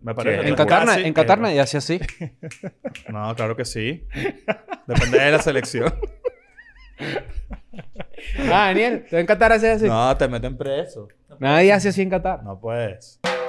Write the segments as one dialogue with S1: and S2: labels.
S1: Me parece.
S2: Sí.
S1: que
S3: En
S1: tú-
S3: Qatar, na-
S2: sí,
S3: en Qatar
S2: pero-
S3: nadie hace así.
S1: No, claro que sí. Depende de la selección.
S3: Ah, Daniel, tú en Qatar haces así.
S1: No, te meten preso.
S3: Nadie hace así en Qatar.
S1: No pues. puedes.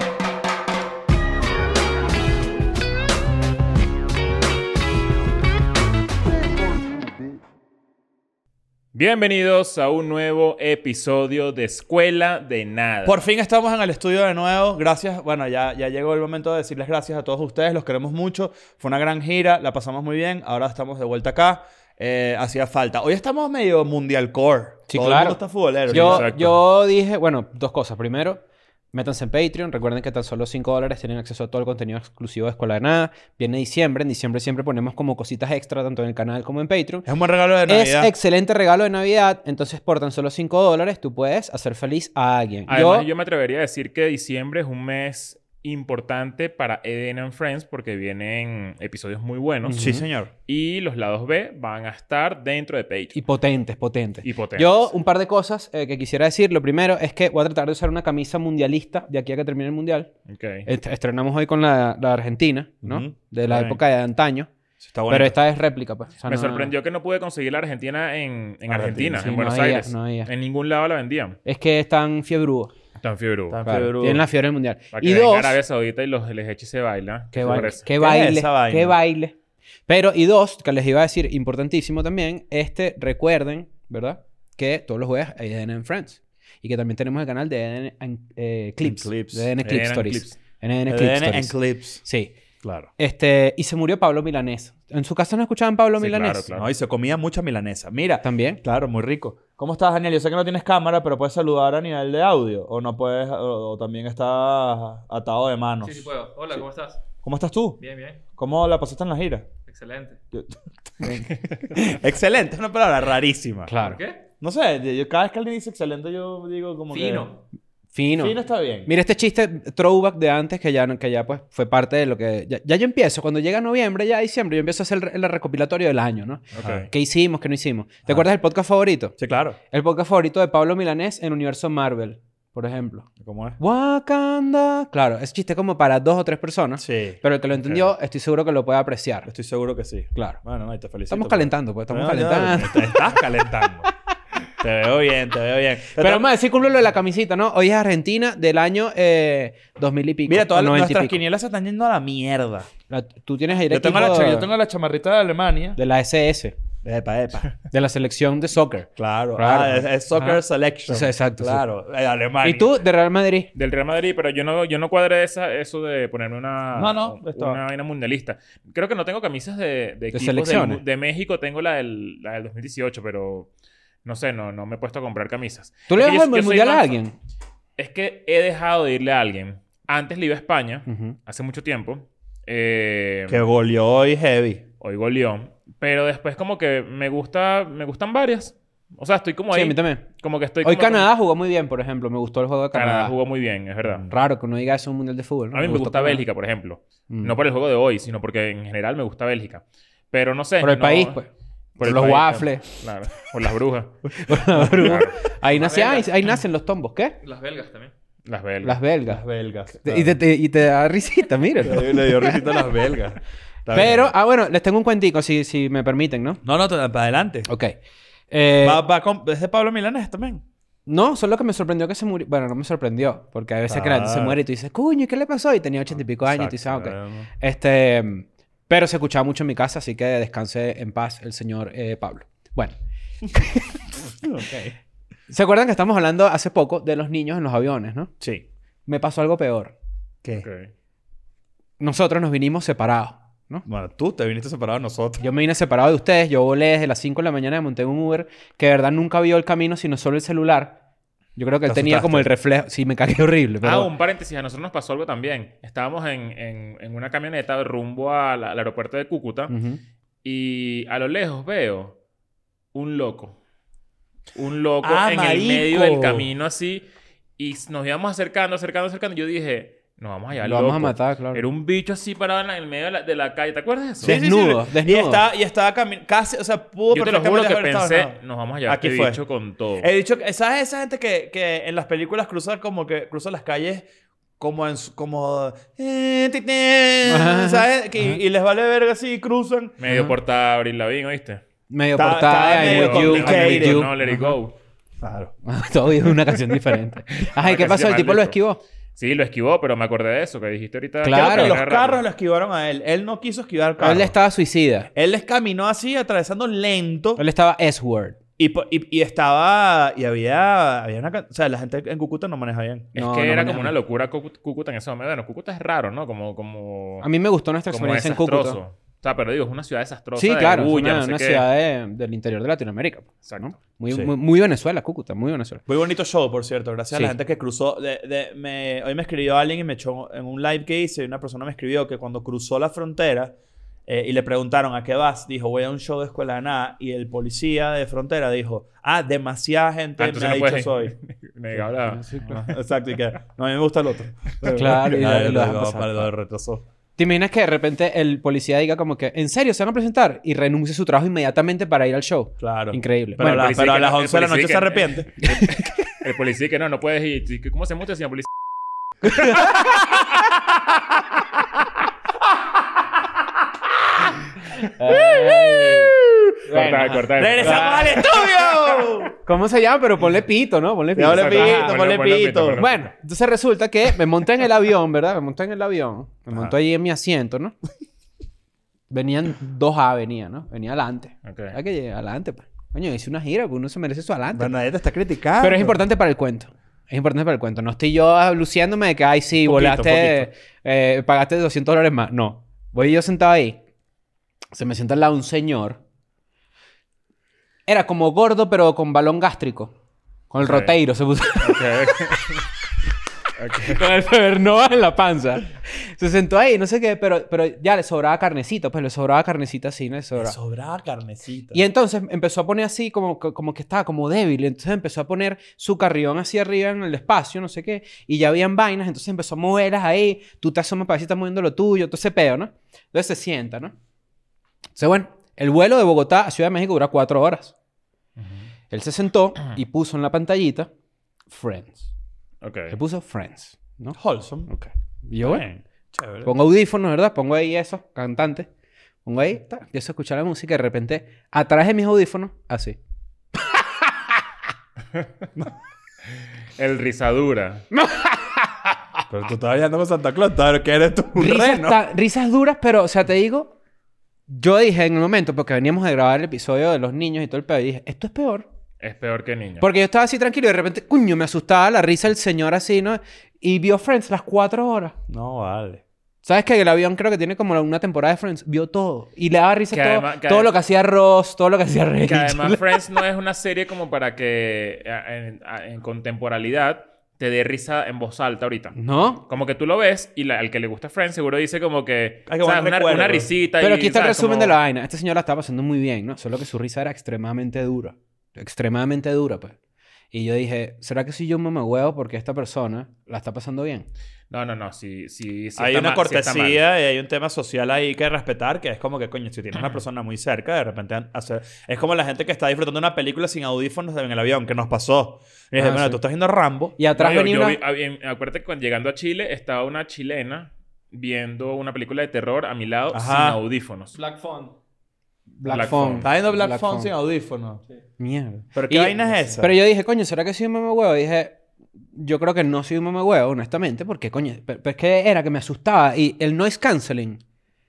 S2: Bienvenidos a un nuevo episodio de Escuela de Nada.
S1: Por fin estamos en el estudio de nuevo. Gracias. Bueno, ya, ya llegó el momento de decirles gracias a todos ustedes. Los queremos mucho. Fue una gran gira. La pasamos muy bien. Ahora estamos de vuelta acá. Eh, hacía falta. Hoy estamos medio mundial core.
S3: Sí,
S1: Todo
S3: claro.
S1: el mundo está futbolero.
S3: Yo,
S2: Exacto.
S3: yo dije, bueno, dos cosas. Primero, métanse en Patreon. Recuerden que tan solo 5 dólares tienen acceso a todo el contenido exclusivo de Escuela de Nada. Viene diciembre. En diciembre siempre ponemos como cositas extra, tanto en el canal como en Patreon.
S1: Es un buen regalo de
S3: Es
S1: Navidad.
S3: excelente regalo de Navidad. Entonces, por tan solo 5 dólares, tú puedes hacer feliz a alguien.
S2: Además, yo...
S3: yo,
S2: me atrevería a decir que diciembre es un mes importante para Eden and Friends porque vienen episodios muy buenos.
S1: Sí, señor.
S2: Y los lados B van a estar dentro de
S3: Y
S2: Patreon.
S3: potentes, potentes.
S2: Y potentes.
S3: Yo, un par de cosas eh, que quisiera decir. Lo primero es que voy a tratar de usar una camisa mundialista de aquí a que termine el mundial.
S2: Ok.
S3: Est- estrenamos hoy con la, la Argentina, ¿no?
S1: Ujú.
S3: De
S1: Está
S3: la
S1: bien.
S3: época de antaño.
S1: Sí, Está bueno.
S3: Pero esta es réplica, pues. O sea,
S2: Me
S3: no-
S2: sorprendió que no pude conseguir la Argentina en, en
S1: Argentina.
S2: Argentina,
S3: Sí,
S2: en
S3: no
S2: Buenos
S3: había,
S2: Aires.
S3: no había.
S2: En ningún lado la vendían.
S3: Es que están fiebrudos.
S2: Tan fiebre.
S1: Tan-
S3: Claro,
S1: fiebrudos.
S3: Tienen la fiebre del mundial.
S2: Para que
S3: Y
S2: venga
S3: dos.
S2: Arabia Saudita y los les eche y se baila.
S3: Qué,
S2: ¿Te
S3: baile,
S2: parece?
S3: qué
S1: es
S3: baile,
S1: esa vaina?
S3: qué baile. Pero, y dos, que les iba a decir, importantísimo también, este, recuerden, ¿verdad? Que todos los jueves hay EDN en Friends. Y que también tenemos el canal de EDN en, eh, Clips.
S1: En Clips.
S3: De EDN Clips
S2: EDN
S3: Stories.
S2: Clips.
S3: EDN
S1: EDN
S3: Clips
S1: en
S3: Stories.
S1: clips.
S3: Sí.
S1: Claro.
S3: Este, y se murió Pablo Milanés. ¿En su casa no escuchaban Pablo
S2: Sí,
S3: Milanés?
S2: claro, claro.
S1: No, y se comía mucha milanesa. Mira.
S3: También.
S1: Claro, muy rico. ¿Cómo estás, Daniel? Yo sé que no tienes cámara, pero puedes saludar a nivel de audio. O no puedes, o, o también estás atado de manos.
S4: Sí, sí puedo. Hola, ¿cómo estás?
S1: ¿Cómo estás tú?
S4: Bien, bien.
S1: ¿Cómo la pasaste en la gira?
S4: Excelente.
S1: excelente, es una palabra rarísima.
S3: Claro.
S4: ¿Por qué?
S1: No sé, yo- yo- cada vez que alguien dice excelente, yo digo como que.
S4: Fino.
S3: Fino.
S1: Fino está bien.
S3: Mira este chiste throwback de antes que ya, que ya pues fue parte de lo que... Ya, ya yo empiezo, cuando llega noviembre, ya diciembre, yo empiezo a hacer el, el recopilatorio del año, ¿no?
S2: Ok.
S3: ¿Qué hicimos? ¿Qué no hicimos?
S1: Ah.
S3: ¿Te acuerdas del podcast favorito?
S1: Sí, claro.
S3: El podcast favorito de Pablo Milanés en Universo Marvel, por ejemplo.
S1: ¿Cómo es?
S3: Wakanda. Claro, es chiste como para dos o tres personas.
S1: Sí.
S3: Pero el que lo entendió, estoy seguro que lo puede apreciar.
S1: Estoy seguro que sí.
S3: Claro.
S1: Bueno, no, y te felicito.
S3: Estamos
S1: por-
S3: calentando, pues estamos
S1: No, no,
S3: calentando.
S1: te estás calentando. te veo bien, te veo bien. Te-
S3: Pero vamos a decir, cumple lo de la camisita, ¿no? Hoy es Argentina del año eh, 2000 y pico.
S1: Mira, todas
S3: o 90 y
S1: nuestras
S3: pico.
S1: quinielas se están yendo a la mierda.
S3: La- Tú tienes ahí el
S1: Yo tengo, la,
S3: equipo
S1: cha- yo tengo la chamarrita de Alemania.
S3: de la SS.
S1: Epa, epa.
S3: De la selección de soccer.
S1: Claro.
S3: Claro.
S1: Ah, es, es Soccer
S3: Ajá.
S1: Selection.
S3: O sea, exacto, sí.
S1: Claro. eh, Alemania.
S3: Y tú, de Real Madrid.
S2: Del Real Madrid, pero yo no, yo no cuadré esa, eso de ponerme una,
S1: No, no, está.
S2: una vaina mundialista. Creo que no tengo camisas de, de, equipos
S3: selecciones.
S2: del- De, México, tengo la del, la del 2018, pero no sé, no, no me he puesto a comprar camisas.
S3: ¿Tú le
S2: Es que
S3: vas al
S2: yo- yo soy
S3: mundial a
S2: más-
S3: alguien?
S2: Es que he dejado de irle a alguien. Antes le iba a España,
S3: Ujú.
S2: hace mucho tiempo. Eh,
S1: Que goleó hoy heavy.
S2: hoy goleó. Pero después como que me gusta, me gustan varias. O sea, estoy como
S3: Sí,
S2: ahí.
S3: a mí también.
S2: Como que estoy
S3: Hoy
S2: como que-
S3: Canadá jugó muy bien, por ejemplo. Me gustó el juego de Canadá.
S2: Canadá jugó muy bien, es verdad.
S3: Raro que uno diga eso en un mundial de fútbol. ¿no?
S2: A mí me
S3: gustó
S2: gusta
S3: Canadá.
S2: Bélgica, por ejemplo.
S3: Mm.
S2: No por el juego de hoy, sino porque en general me gusta Bélgica. Pero no sé.
S3: Por el
S2: no-
S3: país, pues. Por
S2: el
S3: los
S2: país,
S3: waffles.
S2: Claro. claro. Por las brujas.
S3: Ahí, nace-
S4: Las
S3: ahí-
S4: belgas.
S3: ahí nacen los tombos. ¿Qué?
S4: Las belgas también.
S2: Las belgas.
S3: Las belgas.
S1: Las belgas.
S3: Te- Y, te, te- y te da risita, mira.
S1: Le, le dio risita a las belgas. Está
S3: Pero,
S1: bien.
S3: ah, bueno, les tengo un cuentico, si, si me permiten, ¿no?
S1: No, no, te- para adelante.
S3: Ok. Eh,
S1: Va, va con... ¿Es de Pablo Milanes también?
S3: No, solo que me sorprendió que se murió. Bueno, no me sorprendió, porque a veces que la gente se
S2: Ah.
S1: Claro.
S3: muere y tú dices, coño, ¿y ¿qué le pasó? Y tenía ochenta y pico años y tú dices, ah, ok.
S1: Exacto.
S3: Este, mm, pero se escuchaba mucho en mi casa, así que descanse en paz el señor eh, Pablo. Bueno. ¿Se acuerdan que estamos hablando hace poco de los niños en los aviones, no?
S1: Sí.
S3: Me pasó algo peor.
S1: ¿Qué?
S2: Ok.
S3: Nosotros nos vinimos separados, ¿no?
S1: Bueno, tú te viniste separado de nosotros.
S3: Yo me vine separado de ustedes, yo volé desde las 5 de la mañana, me monté en un Uber, que de verdad nunca vio el camino, sino solo el celular. Yo creo que él
S1: Te
S3: tenía
S1: asustaste.
S3: como el reflejo. Sí, me cagué horrible, pero.
S2: Ah, un paréntesis. A nosotros nos pasó algo también. Estábamos en, en- en una camioneta rumbo a la- al aeropuerto de Cúcuta.
S3: Ujú.
S2: Y a lo lejos veo un loco. Un loco
S1: Ah,
S2: en
S1: marico.
S2: el medio del camino así. Y s- nos íbamos acercando, acercando, acercando. Yo dije, nos vamos allá,
S3: Lo
S2: loco.
S3: vamos a matar, claro.
S2: Era un bicho así parado en, la- en el medio de la, de la calle. ¿Te acuerdas de eso?
S3: Sí, Desnudo, desnudo.
S1: Y estaba, y estaba caminando. Casi, o sea, pudo
S2: Yo te lo juro que
S1: perfectamente haber estado
S2: pensé,
S1: desnudo.
S2: nos vamos a llevar
S1: Aquí
S2: este
S1: fue.
S2: bicho con todo.
S1: He dicho, que- ¿sabes esa gente que, que en las películas cruza como que cruza las calles como en su- como eh, ti, ti, ¿sabes? Que- y les vale verga si cruzan.
S2: Medio
S3: Ajá.
S2: portada Abril Lavigne, ¿oíste?
S3: Medio
S1: Está-
S3: portada,
S1: está
S3: I'm
S1: medio
S3: with you, I'm with
S1: complicated,
S3: you.
S2: No, let it go.
S1: Claro.
S3: Todavía es una canción diferente. Ay, ¿qué
S2: Una
S3: pasó?
S2: canción
S3: El tipo
S2: maldito.
S3: lo esquivó.
S2: Sí, lo esquivó, pero me acordé de eso que dijiste ahorita.
S3: Claro.
S1: Creo que los
S2: Era raro.
S1: carros lo esquivaron a él. Él no quiso esquivar carros.
S3: Él estaba suicida.
S1: Él les caminó así, atravesando lento.
S3: Él estaba S-word.
S1: Y, po- y- y estaba. Y había. había una, ca- o sea, la gente en Cúcuta no maneja bien.
S2: Es
S3: No,
S2: que
S3: no
S2: era
S3: maneja.
S2: como una locura Cú- Cúcuta en ese momento. Bueno, Cúcuta es raro, ¿no? Como, como,
S3: A mí me gustó nuestra
S2: como
S3: experiencia en
S2: desastroso.
S3: Cúcuta.
S2: O sea, pero digo, es una ciudad desastrosa.
S3: Sí,
S2: de
S3: claro. es
S2: bulla,
S3: una
S2: no sé
S3: una
S2: qué.
S3: ciudad de- del interior de Latinoamérica. pues, ¿no?
S2: Exacto.
S3: Muy,
S1: Sí.
S3: muy, muy Venezuela, Cúcuta. Muy Venezuela.
S1: Muy bonito show, por cierto. Gracias a
S3: Sí.
S1: la gente que cruzó. de- de- me- hoy me escribió alguien y me echó en un live que hice. Una persona me escribió que cuando cruzó la frontera eh, y le preguntaron a qué vas, dijo voy a un show de escuela de nada. Y el policía de frontera dijo, ah, demasiada gente
S2: Ah,
S1: me
S2: entonces
S1: ha
S2: no
S1: dicho
S2: puedes.
S1: soy.
S2: Negado la-
S1: Exacto, y que no, a mí me gusta el otro.
S3: Claro, y
S1: Ah,
S3: lo- lo dejan pasar.
S1: para- lo retrasó.
S3: ¿Te imaginas que de repente el policía diga como que, ¿en serio se van a presentar? Y renuncie a su trabajo inmediatamente para ir al show.
S1: Claro.
S3: Increíble.
S1: Pero,
S2: Bueno,
S1: a la-
S2: el policía
S1: pero a
S2: que-
S1: las
S2: el
S1: 11 de la
S2: policía
S1: noche se
S2: que-
S1: arrepiente.
S2: El policía que no, no puedes ir. Y que, ¿Cómo se muestra, señor policía? Corta, corta.
S1: ¡Regresamos
S3: Ah.
S1: al estudio!
S3: ¿Cómo se llama? Pero ponle pito, ¿no? Ponle pito.
S1: Ponle
S2: Exacto.
S1: pito,
S2: Ajá,
S1: ponle
S2: ponle pito,
S1: pito.
S2: ponle pito.
S3: Bueno, entonces resulta que me monté en el avión, ¿verdad? Me monté en el avión. Me monté allí en mi asiento, ¿no? Venían dos A, venía, ¿no? Venía adelante.
S2: Ok.
S3: Hay que llegar adelante, pues. Coño, hice una gira, pues uno se merece su adelante.
S1: Pero nadie te está criticando.
S3: Pero es importante para el cuento. Es importante para el cuento. No estoy yo luciéndome de que, ay, sí,
S1: Poquito,
S3: volaste, eh, pagaste 200 dólares más. No. Voy yo sentado ahí. Se me sienta al lado un señor. Era como gordo, pero con balón gástrico. Con el
S2: Ok.
S3: roteiro se puso.
S2: Ok. Ok.
S3: con el Febernova en la panza. Se sentó ahí, no sé qué, pero, pero ya le sobraba carnecita, pues le sobraba carnecita así, ¿no? Le sobraba.
S1: Sobraba carnecita.
S3: Y entonces empezó a poner así, como, co- como que estaba como débil. Entonces empezó a poner su carrión hacia arriba en el espacio, no sé qué. Y ya habían vainas, entonces empezó a moverlas ahí. Tú te asomas para ver si estás moviendo lo tuyo, todo ese pedo, ¿no? Entonces se sienta, ¿no? Entonces, bueno, el vuelo de Bogotá a Ciudad de México dura cuatro horas. Él se sentó y puso en la pantallita Friends.
S2: Ok.
S3: Le puso Friends, ¿no?
S1: Wholesome.
S3: Ok. Y yo, bueno,
S1: Chévere.
S3: Pongo audífonos, ¿verdad? Pongo ahí esos cantantes. Pongo ahí, ta, empiezo a escuchar la música y de repente, a través de mis audífonos, así.
S2: El rizadura.
S1: Pero tú estabas viajando con Santa Claus, ¿sabes que eres tú? Un
S3: Risas,
S1: reno.
S3: ta- risas duras, pero, o sea, te digo, yo dije en el momento, porque veníamos de grabar el episodio de los niños y todo el pedo, y dije, esto es peor.
S2: Es peor que niño.
S3: Porque yo estaba así tranquilo y de repente, cuño, me asustaba la risa del señor así, ¿no? Y vio Friends las cuatro horas.
S1: No, vale.
S3: ¿Sabes que el avión creo que tiene como una temporada de Friends? Vio todo. Y le daba risa
S2: Que
S3: todo,
S2: además- que
S3: todo
S2: adem-
S3: lo que hacía Ross, todo lo que hacía Rachel.
S2: Que además Friends no es una serie como para que a- en, a- en contemporalidad te dé risa en voz alta ahorita.
S3: ¿No?
S2: Como que tú lo ves y la- al que le gusta Friends seguro dice como que...
S1: Ay, qué
S2: ¿sabes?
S1: buen
S2: Una,
S1: recuerdo.
S2: una risita
S3: Pero
S2: y,
S3: aquí está el
S2: ¿sabes?
S3: resumen
S2: Como-
S3: de la vaina. Esta señora la estaba pasando muy bien, ¿no? Solo que su risa era extremadamente dura. Extremadamente dura, pues. Y yo dije, ¿será que soy yo un mamagüeo porque esta persona la está pasando bien?
S2: No, no, no. Sí, sí, sí
S1: hay
S2: está
S1: una
S2: mal, sí está mal.
S1: cortesía y hay un tema social ahí que respetar, que es como que, coño, si tienes una persona muy cerca, de repente hacer... Es como la gente que está disfrutando una película sin audífonos en el avión, que nos pasó. Y dije,
S3: Ah,
S1: bueno,
S3: sí.
S1: tú estás viendo Rambo.
S3: Y atrás
S2: No, yo-
S3: venía
S2: yo
S3: una...
S2: vi- ah, bien, acuérdate que cuando llegando a Chile estaba una chilena viendo una película de terror a mi lado
S1: Ajá.
S2: sin audífonos.
S4: Black Phone.
S3: Black,
S2: Black
S3: Phone.
S2: Phone.
S1: Estás viendo Black, Phone
S3: Phone.
S1: sin audífonos.
S3: Mierda.
S1: ¿Pero qué
S3: Y-
S1: vaina es esa?
S3: Pero yo dije, coño, ¿será que soy un mamagüeo? Y dije, yo creo que no soy un mamagüeo, honestamente, porque, coño, pero, pero es que era que me asustaba. Y el noise canceling.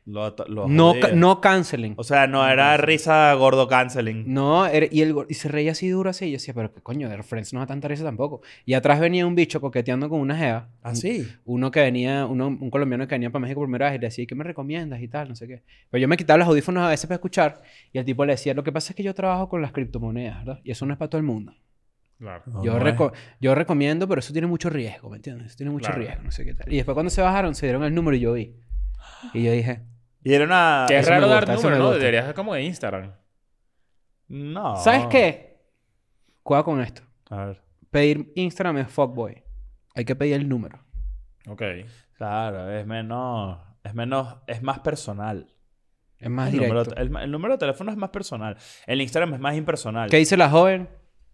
S1: Lo at- lo
S3: No,
S1: jodía.
S3: ca- no canceling.
S1: O sea, no era risa gordo canceling.
S3: No, era- y, el, go- y se reía así duro así. Y yo decía, pero qué coño, de Friends no da tanta risa tampoco. Y atrás venía un bicho coqueteando con una jeva.
S1: ¿Ah, sí?
S3: Uno que venía, uno, un colombiano que venía para México por primera vez y le decía, ¿qué me recomiendas? Y tal, no sé qué. Pero yo me quitaba los audífonos a veces para escuchar. Y el tipo le decía, lo que pasa es que yo trabajo con las criptomonedas, ¿verdad? Y eso no es para todo el mundo.
S2: Claro.
S3: Yo,
S1: Oh, No,
S3: reco- yo recomiendo, pero eso tiene mucho riesgo, ¿me entiendes? Eso tiene mucho
S2: Claro.
S3: riesgo, no sé qué tal. Y después cuando se bajaron, se dieron el número y yo vi. Y yo dije,
S1: Y era una...
S2: Que es
S3: Ah, eso me
S2: raro dar
S3: gusta, eso me
S2: números, ¿no?
S3: gusta.
S2: Deberías ser como de Instagram.
S1: No.
S3: ¿sabes qué? Cuidado con esto.
S1: A ver.
S3: Pedir Instagram es fuckboy. Hay que pedir el número.
S2: Ok.
S1: Claro, es menos... Es menos... Es más personal.
S3: Es más
S1: el, número,
S3: directo.
S1: el- el número de teléfono es más personal. El Instagram es más impersonal.
S3: ¿Qué
S1: ¿Qué,
S3: dice la joven?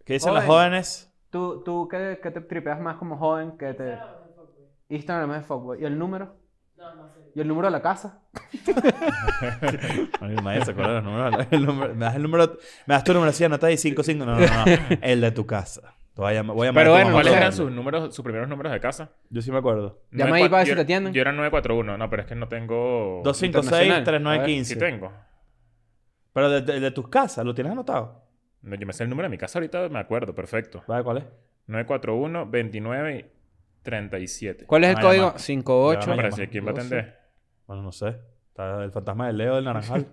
S1: dicen
S3: Joven.
S1: los jóvenes?
S3: ¿Tú, tú qué, te tripeas más como joven? que te... Instagram es de fuckboy. ¿Y el número? ¿Y el número de la casa?
S1: Ay, Nadie se acuerda de los números. El número- me das el número. Me das tu número así, anota ahí 55. No, no, no. El de tu casa. Te voy a llamar- voy a llamar
S2: Pero
S1: a tu
S2: bueno,
S1: mamá
S2: ¿cuáles
S1: para
S2: eran
S1: saberlo.
S2: sus números, sus primeros números de casa?
S1: Yo sí me acuerdo.
S3: Llama
S2: Nueve
S3: ahí para ver
S2: cua-
S3: si
S2: yo-
S3: te atienden.
S2: Yo era 941. No, pero es que no tengo...
S1: 256
S2: Sí
S1: 3915.
S2: tengo.
S1: Pero de, de- de tus casas, ¿lo tienes anotado?
S2: No, yo me sé el número de mi casa ahorita, me acuerdo. Perfecto.
S1: ¿Vale? ¿Cuál es?
S2: 941 29 37.
S3: ¿cuál es el
S1: Ah,
S3: código?
S1: llama.
S2: No,
S3: 58.
S1: Llama.
S2: pero sí, ¿quién va a atender?
S1: Bueno, no sé. Está el fantasma del Leo del Naranjal.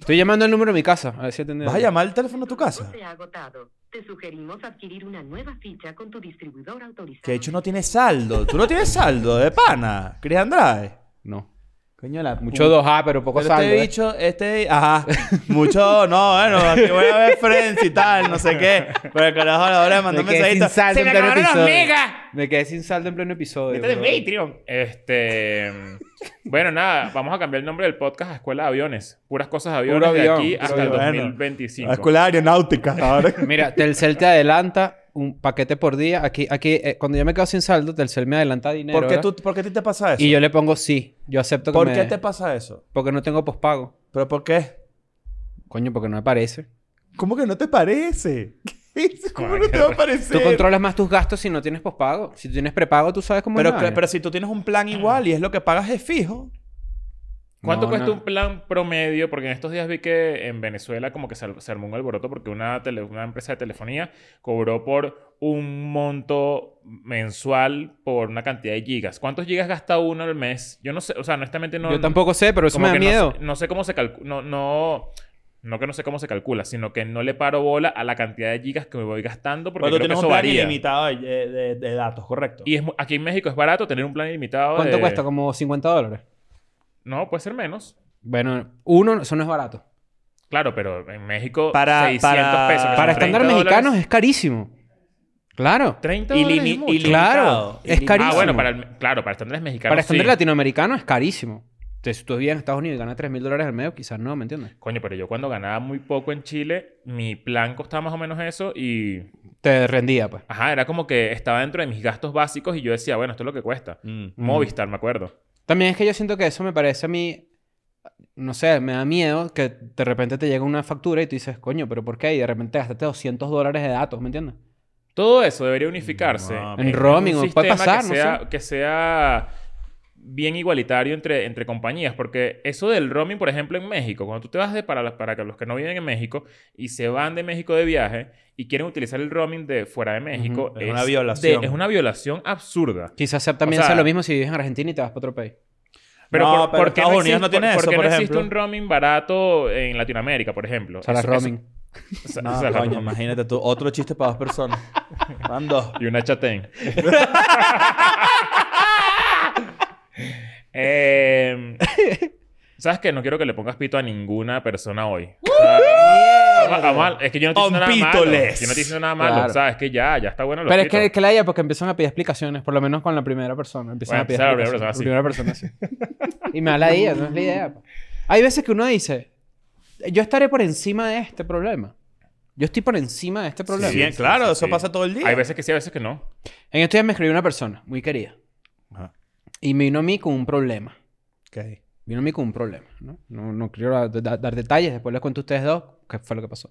S3: Estoy llamando al número de mi casa. A ver si atendieron.
S1: ¿Vas a llamar el teléfono a tu casa?
S4: Se ha agotado. Te sugerimos adquirir una nueva ficha con tu distribuidor autorizado.
S1: Que de hecho no tiene saldo. Tú no tienes saldo, de pana. Cris Andrade.
S3: No.
S1: Coño, la
S3: Mucho 2A, pero poco
S1: Pero
S3: saldo.
S1: este
S3: ¿eh?
S1: bicho, este... Ajá. Mucho... No, bueno, aquí voy a ver Friends y tal, no sé qué. Pero el carajo a la hora de mandar
S3: Me quedé sin
S1: mensajitos...
S3: saldo
S1: ¡Se me
S3: en pleno
S1: acabaron los
S3: episodio".
S1: megas!
S3: Me quedé sin saldo en pleno episodio.
S2: Este es
S3: bro.
S2: de Patreon. Este. bueno, nada, vamos a cambiar el nombre del podcast a Escuela de Aviones. Puras cosas de aviones
S3: Puro
S2: de
S3: avión,
S2: aquí
S3: puro
S2: hasta el
S1: avión.
S2: 2025.
S1: La escuela aeronáutica. Ahora.
S3: Mira, Telcel te adelanta un paquete por día. Aquí, aquí eh, cuando yo me quedo sin saldo, Telcel me adelanta dinero. ¿eh?
S1: ¿Por qué,
S3: ¿verdad?
S1: tú, ¿Por qué a ti te pasa eso?
S3: Y yo le pongo sí. Yo acepto que
S1: ¿Por
S3: me-
S1: qué te pasa eso?
S3: Porque no tengo pospago.
S1: ¿Pero por qué?
S3: Coño, porque no me parece.
S1: ¿Cómo que no te parece? ¿Qué es? ¿Cómo no te va a parecer?
S3: Tú controlas más tus gastos si no tienes pospago. Si tú tienes prepago, tú sabes cómo es
S1: Pero,
S3: la
S1: que-
S3: vaina.
S1: pero si tú tienes un plan igual y es lo que pagas es fijo.
S2: ¿Cuánto
S3: No,
S2: cuesta
S3: no.
S2: un plan promedio? Porque en estos días vi que en Venezuela como que se, al- se armó un alboroto porque una, tele- una empresa de telefonía cobró por un monto mensual por una cantidad de gigas. ¿Cuántos gigas gasta uno al mes? Yo no sé, o sea, honestamente no...
S3: Yo tampoco sé, pero eso
S2: como
S3: me da
S2: que no
S3: miedo.
S2: sé- No sé, cómo se calcula, no, no, no que no sé cómo se calcula, sino que no le paro bola a la cantidad de gigas que me voy gastando porque
S1: Pero tú
S2: creo que
S1: tienes
S2: eso
S1: un plan
S2: varía.
S1: ilimitado de, de- de datos, correcto.
S2: Y es mu- aquí en México es barato tener un plan ilimitado
S3: ¿Cuánto
S2: de-
S3: cuesta? Como 50 dólares.
S2: No, puede ser menos.
S3: Bueno, uno, eso no es barato.
S2: Claro, pero en México
S1: Para-
S2: 600
S1: para-
S2: pesos. que son
S1: Ah,
S2: 30
S3: Para estándares mexicanos
S2: dólares.
S3: es carísimo. Claro.
S2: 30
S1: Ilimi-
S2: dólares es mucho.
S1: ilimi-
S3: Claro, es
S1: Ilimitado.
S3: carísimo.
S2: Ah, bueno, para el- claro, para estándares mexicanos
S3: Para estándares
S2: sí.
S3: latinoamericanos es carísimo. Entonces, si tú vives en Estados Unidos y ganas 3 mil dólares al mes, quizás no, ¿me entiendes?
S2: Coño, pero yo cuando ganaba muy poco en Chile, mi plan costaba más o menos eso y...
S3: Te rendía, pues.
S2: Ajá, era como que estaba dentro de mis gastos básicos y yo decía, bueno, esto es lo que cuesta.
S1: Mm.
S2: Movistar, me acuerdo.
S3: También es que yo siento que eso me parece a mí, no sé, me da miedo que de repente te llega una factura y tú dices, coño, pero ¿por qué? Y de repente gastaste 200 dólares de datos, ¿me entiendes?
S2: Todo eso debería unificarse.
S1: No,
S2: en
S3: En roaming,
S2: un
S3: o puede
S2: sistema
S3: pasar,
S2: que
S3: no
S2: sea,
S3: sé.
S2: que sea bien igualitario entre, entre compañías. Porque eso del roaming, por ejemplo, en México, cuando tú te vas de para, las- para que los que no viven en México y se van de México de viaje y quieren utilizar el roaming de fuera de México,
S1: Ujú. Es una violación.
S2: de- es una violación absurda.
S3: Quizás sea- también
S2: O sea-
S3: sea lo mismo si vives en Argentina y te vas para otro país.
S2: Pero,
S1: No,
S2: por,
S1: pero
S2: ¿por qué
S1: Estados
S2: no
S1: Unidos no
S2: existe-
S1: tiene eso,
S2: por- ¿por qué
S1: por
S2: no existe
S1: ejemplo?
S2: un roaming barato en Latinoamérica, por ejemplo?
S3: Salas
S2: Eso- eso-
S3: roaming.
S2: sa-
S1: No,
S2: salas
S1: coño,
S2: roaming.
S1: imagínate tú. Otro chiste para dos personas. Van dos.
S2: Y una chatén. Eh, ¿Sabes qué? No quiero que le pongas pito a ninguna persona hoy. O sea, vamos- vamos a- es que yo no estoy diciendo nada malo. Yo no
S1: Compítoles.
S2: estoy diciendo nada malo.
S3: Claro.
S2: ¿Sabes? Que ya, ya está bueno los
S3: Pero es
S2: pitos.
S3: que, que la haya porque empiezan a pedir explicaciones, por lo menos con la primera persona. Empiezan
S2: Bueno,
S3: a pedir
S2: sea la primera
S3: explicaciones. primera persona, sí. y me da la idea, no es la idea. pa. Hay veces que uno dice, yo estaré por encima de este problema. Yo estoy por encima de este problema.
S1: Sí, claro, eso pasa todo el día.
S2: Hay veces que sí, hay veces que no.
S3: En estos días me escribió una persona muy querida.
S1: Ajá.
S3: Y me vino a mí con un problema.
S1: Ok.
S3: Vino a mí con un problema, ¿no? No, no quiero da- da- dar detalles, después les cuento a ustedes dos qué fue lo que pasó.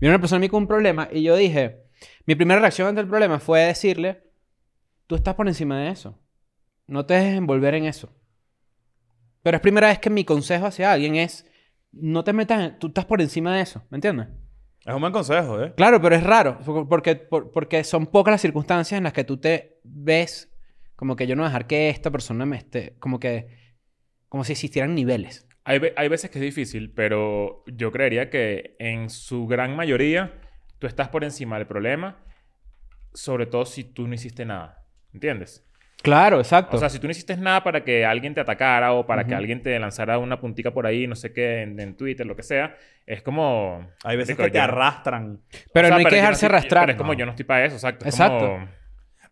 S3: Vino una persona a mí con un problema y yo dije, mi primera reacción ante el problema fue decirle, tú estás por encima de eso, no te dejes envolver en eso. Pero es primera vez que mi consejo hacia alguien es, no te metas, en- tú estás por encima de eso, ¿me entiendes?
S1: Es un buen consejo, ¿eh?
S3: Claro, pero es raro, por- porque, por- porque son pocas las circunstancias en las que tú te ves como que yo no voy a dejar que esta persona me esté, como que, como si existieran niveles.
S2: Hay, ve- hay veces que es difícil, pero yo creería que en su gran mayoría tú estás por encima del problema, sobre todo si tú no hiciste nada. ¿Entiendes?
S3: Claro, exacto.
S2: O sea, si tú no hiciste nada para que alguien te atacara o para que
S3: Ujú.
S2: alguien te lanzara una puntica por ahí, no sé qué, en, en Twitter, lo que sea, es como...
S1: Hay veces
S2: Marico,
S1: que te
S2: yo-
S1: arrastran.
S2: o
S3: pero
S2: sea,
S3: no hay que
S2: yo
S3: dejarse
S2: estoy-
S3: arrastrar.
S2: Pero es como
S1: No.
S2: yo no estoy para eso, exacto. Es
S3: Exacto.
S2: como-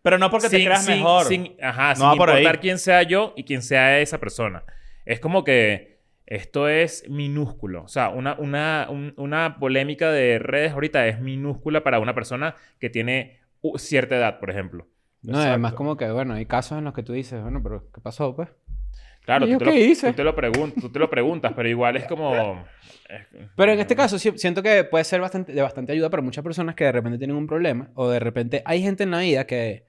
S1: Pero no porque te
S2: sin-
S1: creas
S2: sin-
S1: mejor.
S2: sin- ajá,
S1: No
S2: sin
S1: va por ahí.
S2: importar quién sea yo y quién sea esa persona. Es como que esto es minúsculo. O sea, una, una, un- una polémica de redes ahorita es minúscula para una persona que tiene u- cierta edad, por ejemplo.
S3: No, y además como que, bueno, hay casos en los que tú dices, bueno, pero ¿qué pasó, pues?
S2: Claro,
S3: ¿Y
S2: tú
S3: yo
S2: te, lo,
S3: qué hice?
S2: tú te lo pregun- tú te lo preguntas, pero igual es como...
S3: Pero en este caso sí- siento que puede ser bastante, de bastante ayuda para muchas personas que de repente tienen un problema o de repente hay gente en la vida que...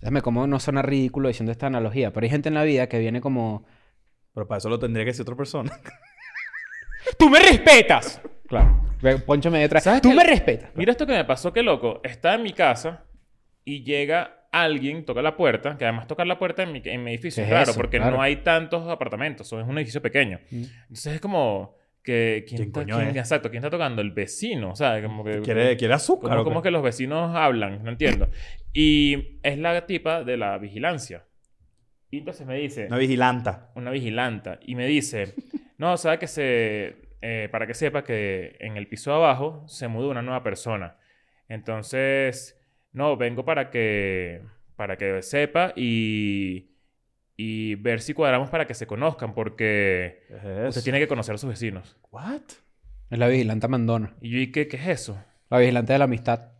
S3: Déjame como no suena ridículo diciendo esta analogía, pero hay gente en la vida que viene como...
S1: Pero para eso lo tendría que decir otra persona.
S3: ¡Tú me respetas! Claro. Ve, Poncho me detrás.
S2: ¿Sabes
S3: ¡Tú
S2: qué?
S3: me respetas!
S2: Mira esto que me pasó, qué loco. Estaba en mi casa y llega alguien, toca la puerta, que además tocar la puerta en mi, en mi edificio
S3: ¿Qué
S2: es
S3: es
S2: raro,
S3: eso?
S2: porque
S3: Claro.
S2: no hay tantos apartamentos, son- es un edificio pequeño.
S3: Mm.
S2: Entonces es como que... ¿Quién,
S1: ¿Quién
S2: está,
S1: coño
S2: quién-
S1: es?
S2: Exacto, ¿quién está tocando? El vecino, o sea, como que...
S1: ¿Quiere, quiere
S2: ¿Cómo,
S1: azúcar? o qué?
S2: cómo es que los vecinos hablan? No entiendo. Y es la tipa de la vigilancia. Y entonces me dice,
S1: Una vigilanta.
S2: una vigilanta, y me dice, no, sabe que se, eh, para que sepa que en el piso de abajo se mudó una nueva persona. Entonces, no, vengo para que, para que sepa y, y ver si cuadramos para que se conozcan, porque
S1: ¿Qué es
S2: usted
S1: eso?
S2: tiene que conocer a sus vecinos.
S1: What?
S3: Es la vigilante mandona.
S2: Y yo, ¿y qué, qué es eso?
S3: La vigilante de la amistad.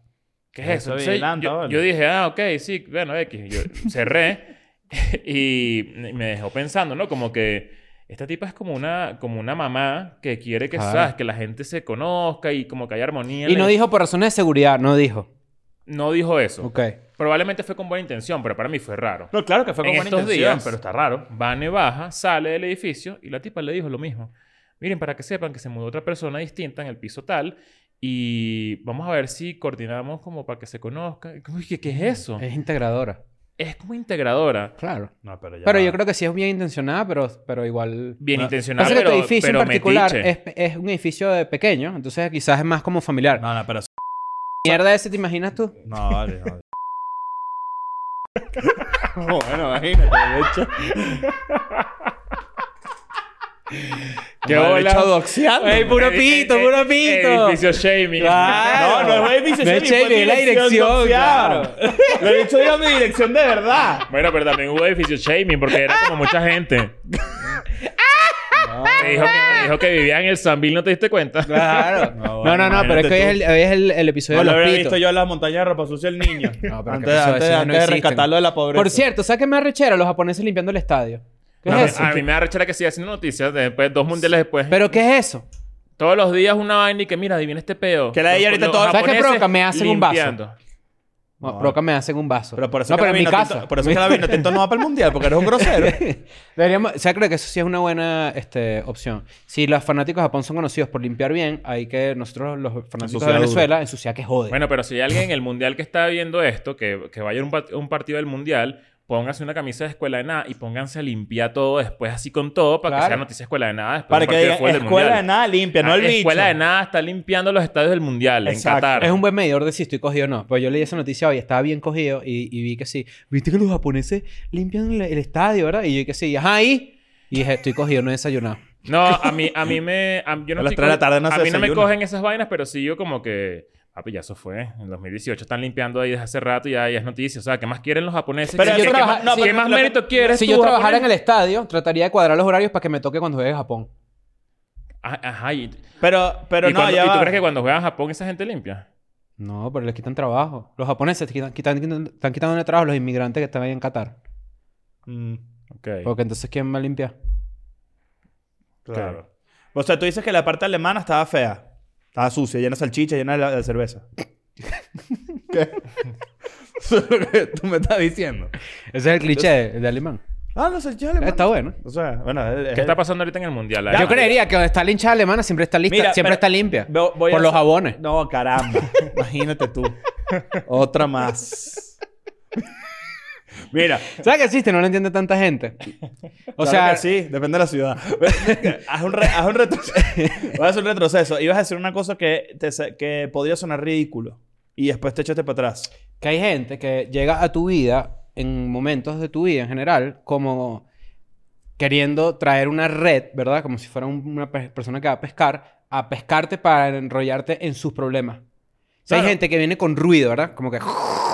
S2: ¿Qué es eso?
S1: Eso
S2: Entonces,
S1: vigilante,
S2: yo,
S1: vale.
S2: yo dije, ah, ok, sí, bueno, X. Yo cerré y me dejó pensando, ¿no? Como que esta tipa es como una, como una mamá que quiere que,
S3: Claro.
S2: ¿sabes? Que la gente se conozca y como que haya armonía. en
S3: Y no
S2: la-
S3: dijo por razones de seguridad, no dijo.
S2: No dijo eso.
S3: Ok.
S2: Probablemente fue con buena intención, pero para mí fue raro.
S1: No, claro que fue con
S2: En
S1: buena
S2: estos
S1: intención,
S2: días-
S1: pero está raro.
S2: Vane baja, sale del edificio y la tipa le dijo lo mismo. Miren, para que sepan que se mudó otra persona distinta en el piso tal y vamos a ver si coordinamos como para que se conozca. Y como, "Uy, ¿Qué, qué es eso?
S3: Es integradora.
S2: Es como integradora.
S3: Claro.
S1: No, pero ya
S3: Pero
S1: va.
S3: yo creo que sí es bien intencionada, pero, pero igual...
S2: bien
S1: No.
S2: intencionado,
S3: Pasa que
S2: pero,
S3: tu edificio
S2: pero
S3: en particular
S2: metiche.
S3: es, es un edificio de pequeño, entonces quizás es más como familiar.
S1: No, no, pero... eso-
S3: Mierda ese, ¿te imaginas tú?
S1: No, vale, no. bueno, imagínate, de hecho.
S2: ¡Qué
S1: Mal
S2: bola!
S1: hecho doxeando.
S3: Ey, puro pito, puro pito.
S2: Edificio shaming.
S3: Claro.
S1: No, no es edificio
S3: No es
S1: shaming, fue
S3: shaming, es la dirección,
S1: doxear. Lo he dicho yo mi dirección de verdad.
S2: Bueno, pero también hubo edificio shaming porque era como mucha gente. Te dijo, que, te dijo que vivía en el Sanville, ¿no te diste cuenta?
S3: Claro.
S1: No,
S3: No,
S1: bueno,
S3: no, no, pero es que hoy es el, hoy es el, el episodio
S1: No lo
S3: de los
S1: habría
S3: pitos.
S1: visto yo en las montañas de ropa sucia el niño.
S3: No, pero
S1: antes
S3: ¿qué pasó?
S1: antes,
S3: Esos
S1: antes
S3: no
S1: de
S3: existen.
S1: rescatarlo de la pobreza.
S3: Por cierto, ¿sabes qué me arrechera? Los japoneses limpiando el estadio. ¿Qué
S2: No,
S3: es eso?
S2: a mí me da rechera que siga haciendo noticias después, dos mundiales después.
S3: ¿Pero qué es eso?
S2: Todos los días una vaina y que mira, adivina este peo.
S1: Que la de ella ahorita todo-
S3: ¿Sabes qué
S2: japoneses
S3: provoca? Me hacen un vaso.
S2: limpiando.
S3: No,
S1: No.
S3: provoca me hacen un vaso.
S1: Pero por eso
S3: no,
S1: es que
S3: pero
S1: la
S3: en mi
S1: Vinotinto-
S3: casa.
S1: Por eso es que la vino tinto no va para el mundial, porque eres un grosero.
S3: Deberíamos, o sea, creo que eso sí es una buena este, opción. Si los fanáticos de Japón son conocidos por limpiar bien, hay que nosotros, los fanáticos
S1: Ensuciar
S3: de
S1: duro.
S3: Venezuela, ensuciar que jode.
S2: Bueno, pero si hay alguien en el mundial que está viendo esto, que, que vaya a un, pat- un partido del mundial, pónganse una camisa de escuela de nada y pónganse a limpiar todo después, así con todo, para que
S3: Claro.
S2: sea noticia escuela de nada. Después
S1: para
S2: de un
S1: que
S2: partido de
S1: digan,
S2: fútbol del
S1: escuela de
S2: mundial.
S1: nada limpia, no
S2: Ah,
S1: el bicho.
S2: Escuela de nada está limpiando los estadios del mundial
S1: Exacto.
S2: en Qatar.
S3: Es un buen medidor de si estoy cogido o no. Pues yo leí esa noticia hoy, estaba bien cogido y, y vi que sí. ¿Viste que los japoneses limpian el, el estadio, verdad? Y yo que sí, ajá, ahí. Y dije, estoy cogido, no he desayunado.
S2: No, a mí, a mí me. a- yo no
S1: A las
S2: estoy
S1: tres de la tarde no
S2: A
S1: se
S2: mí no me
S1: desayuna.
S2: cogen esas vainas, pero sí yo como que. Papi, ya eso fue. En 2018 están limpiando ahí desde hace rato y ya, ya es noticia. O sea, ¿qué más quieren los japoneses?
S1: Pero
S2: ¿Qué,
S1: eso
S2: qué- qué
S1: trabaja-
S2: más,
S1: no,
S2: qué
S1: pero
S2: más
S1: lo que-
S2: mérito quieres
S3: Si
S2: tú,
S3: yo trabajara en
S2: japonés?
S3: el estadio, trataría de cuadrar los horarios para que me toque cuando juegue a Japón.
S2: Ah, Ajá. Y,
S1: Pero, pero
S2: y
S1: no,
S2: cuando-
S1: ya
S2: ¿y tú
S1: va.
S2: crees que cuando juegan a Japón esa gente limpia?
S3: No, pero les quitan trabajo. Los japoneses te quitan, quitan- quitan- están quitando de trabajo a los inmigrantes que están ahí en Qatar.
S1: Mm,
S2: Ok.
S3: Porque entonces, ¿quién va a limpiar?
S1: claro. O sea, tú dices que la parte alemana estaba fea. Estaba sucia, llena de salchicha, llena de, la- de cerveza. ¿Qué? Eso es lo que tú me estás diciendo.
S3: Ese es el cliché de alemán.
S1: Ah, la salchicha alemana.
S3: Está bueno.
S1: O sea, bueno... es- es-
S2: ¿Qué está pasando ahorita en el mundial?
S3: Yo creería que donde está la hinchada alemana siempre está lista,
S1: Mira,
S3: siempre
S1: pero-
S3: está limpia.
S1: Veo- voy
S3: por
S1: a
S3: los
S1: hacer-
S3: jabones.
S1: No, caramba. Imagínate tú. Otra más. Mira,
S3: ¿Sabes que existe? No lo entiende tanta gente. O
S1: Claro
S3: sea,
S1: que sí, depende de la ciudad. haz un, re- haz un retroceso. Voy a hacer un retroceso. Ibas a decir una cosa que, te sa- que podría sonar ridículo. Y después te echaste para atrás.
S3: que hay gente que llega a tu vida en momentos de tu vida en general como queriendo traer una red, ¿verdad? Como si fuera un- una pe- persona que va a pescar, a pescarte para enrollarte en sus problemas. O sea,
S1: Claro.
S3: Hay gente que viene con ruido, ¿verdad? Como que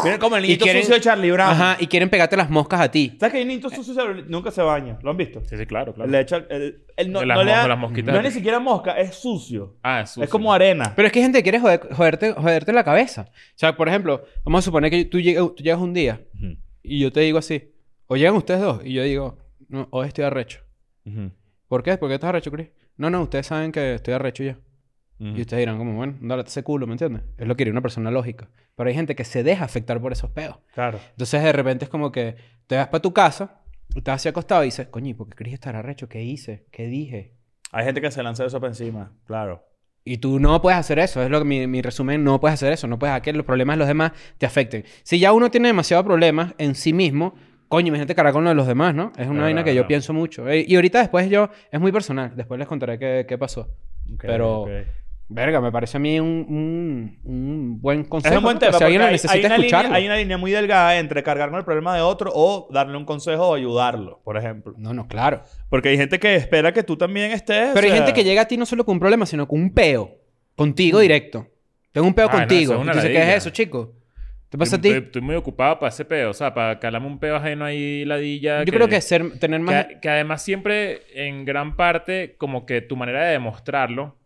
S1: Mira como el
S3: Y
S1: niñito
S3: quieren-
S1: sucio de Charlie Brown.
S3: Ajá, y quieren pegarte las moscas a ti.
S1: ¿Sabes que el niñito sucio se- nunca se baña? ¿Lo han visto?
S2: Sí, sí, claro, claro.
S1: Le echa... el- el- no,
S2: De las
S1: no le
S2: mos-
S1: da-
S2: de las mosquitas.
S1: no es ni siquiera mosca, es sucio.
S2: Ah, sucio.
S1: Es como arena.
S3: Pero es que hay gente que quiere joder- joderte, joderte la cabeza. O sea, por ejemplo, vamos a suponer que tú, lleg- tú llegas un día
S1: Ujú,
S3: y yo te digo así, o llegan ustedes dos y yo digo, no, hoy estoy arrecho.
S1: ujú,
S3: ¿Por qué? ¿Por qué estás arrecho, Chris? No, no, ustedes saben que estoy arrecho ya.
S1: ujú.
S3: Y ustedes dirán, como, bueno, dale ese culo, ¿me entiendes? Es lo que diría una persona lógica. Pero hay gente que se deja afectar por esos pedos.
S1: Claro.
S3: Entonces, de repente es como que te vas para tu casa, estás así acostado y dices, coño, ¿y ¿por qué Chris estará arrecho? ¿Qué hice? ¿Qué dije?
S1: Hay gente que se lanza eso para encima, claro.
S3: Y tú no puedes hacer eso. Es lo que mi, mi resumen, no puedes hacer eso. No puedes dejar que los problemas de los demás te afecten. Si ya uno tiene demasiados problemas en sí mismo, coño, imagínate cargar con los de los demás, ¿no? Es una
S2: Verdad,
S3: vaina que yo
S2: verdad.
S3: pienso mucho. Eh, Y ahorita después yo, es muy personal. Después les contaré qué, qué pasó.
S1: Ok,
S3: Pero-
S1: ok.
S3: Verga, me parece a mí un, un- un buen consejo.
S1: Es un buen tema.
S3: porque Si alguien
S1: porque
S3: lo
S1: hay- hay,
S3: necesita
S1: una
S3: escucharlo.
S1: línea, hay una línea muy delgada entre cargar con el problema de otro o darle un consejo o ayudarlo, por ejemplo.
S3: No, no, claro.
S1: Porque hay gente que espera que tú también estés.
S3: Pero hay
S1: o sea,
S3: gente que llega a ti no solo con un problema, sino con un peo. Contigo directo. Tengo un peo
S2: Ah, no,
S3: contigo.
S2: eso es una
S3: Y tú dices, ¿qué
S2: ladilla.
S3: es eso, chico? ¿Te pasa a
S2: estoy,
S3: ti?
S2: estoy, estoy muy ocupado para ese peo. O sea, para calarme un peo ajeno ahí, ladilla.
S3: Yo creo que ser, tener más...
S2: Que, que además siempre, en gran parte, como que tu manera de demostrarlo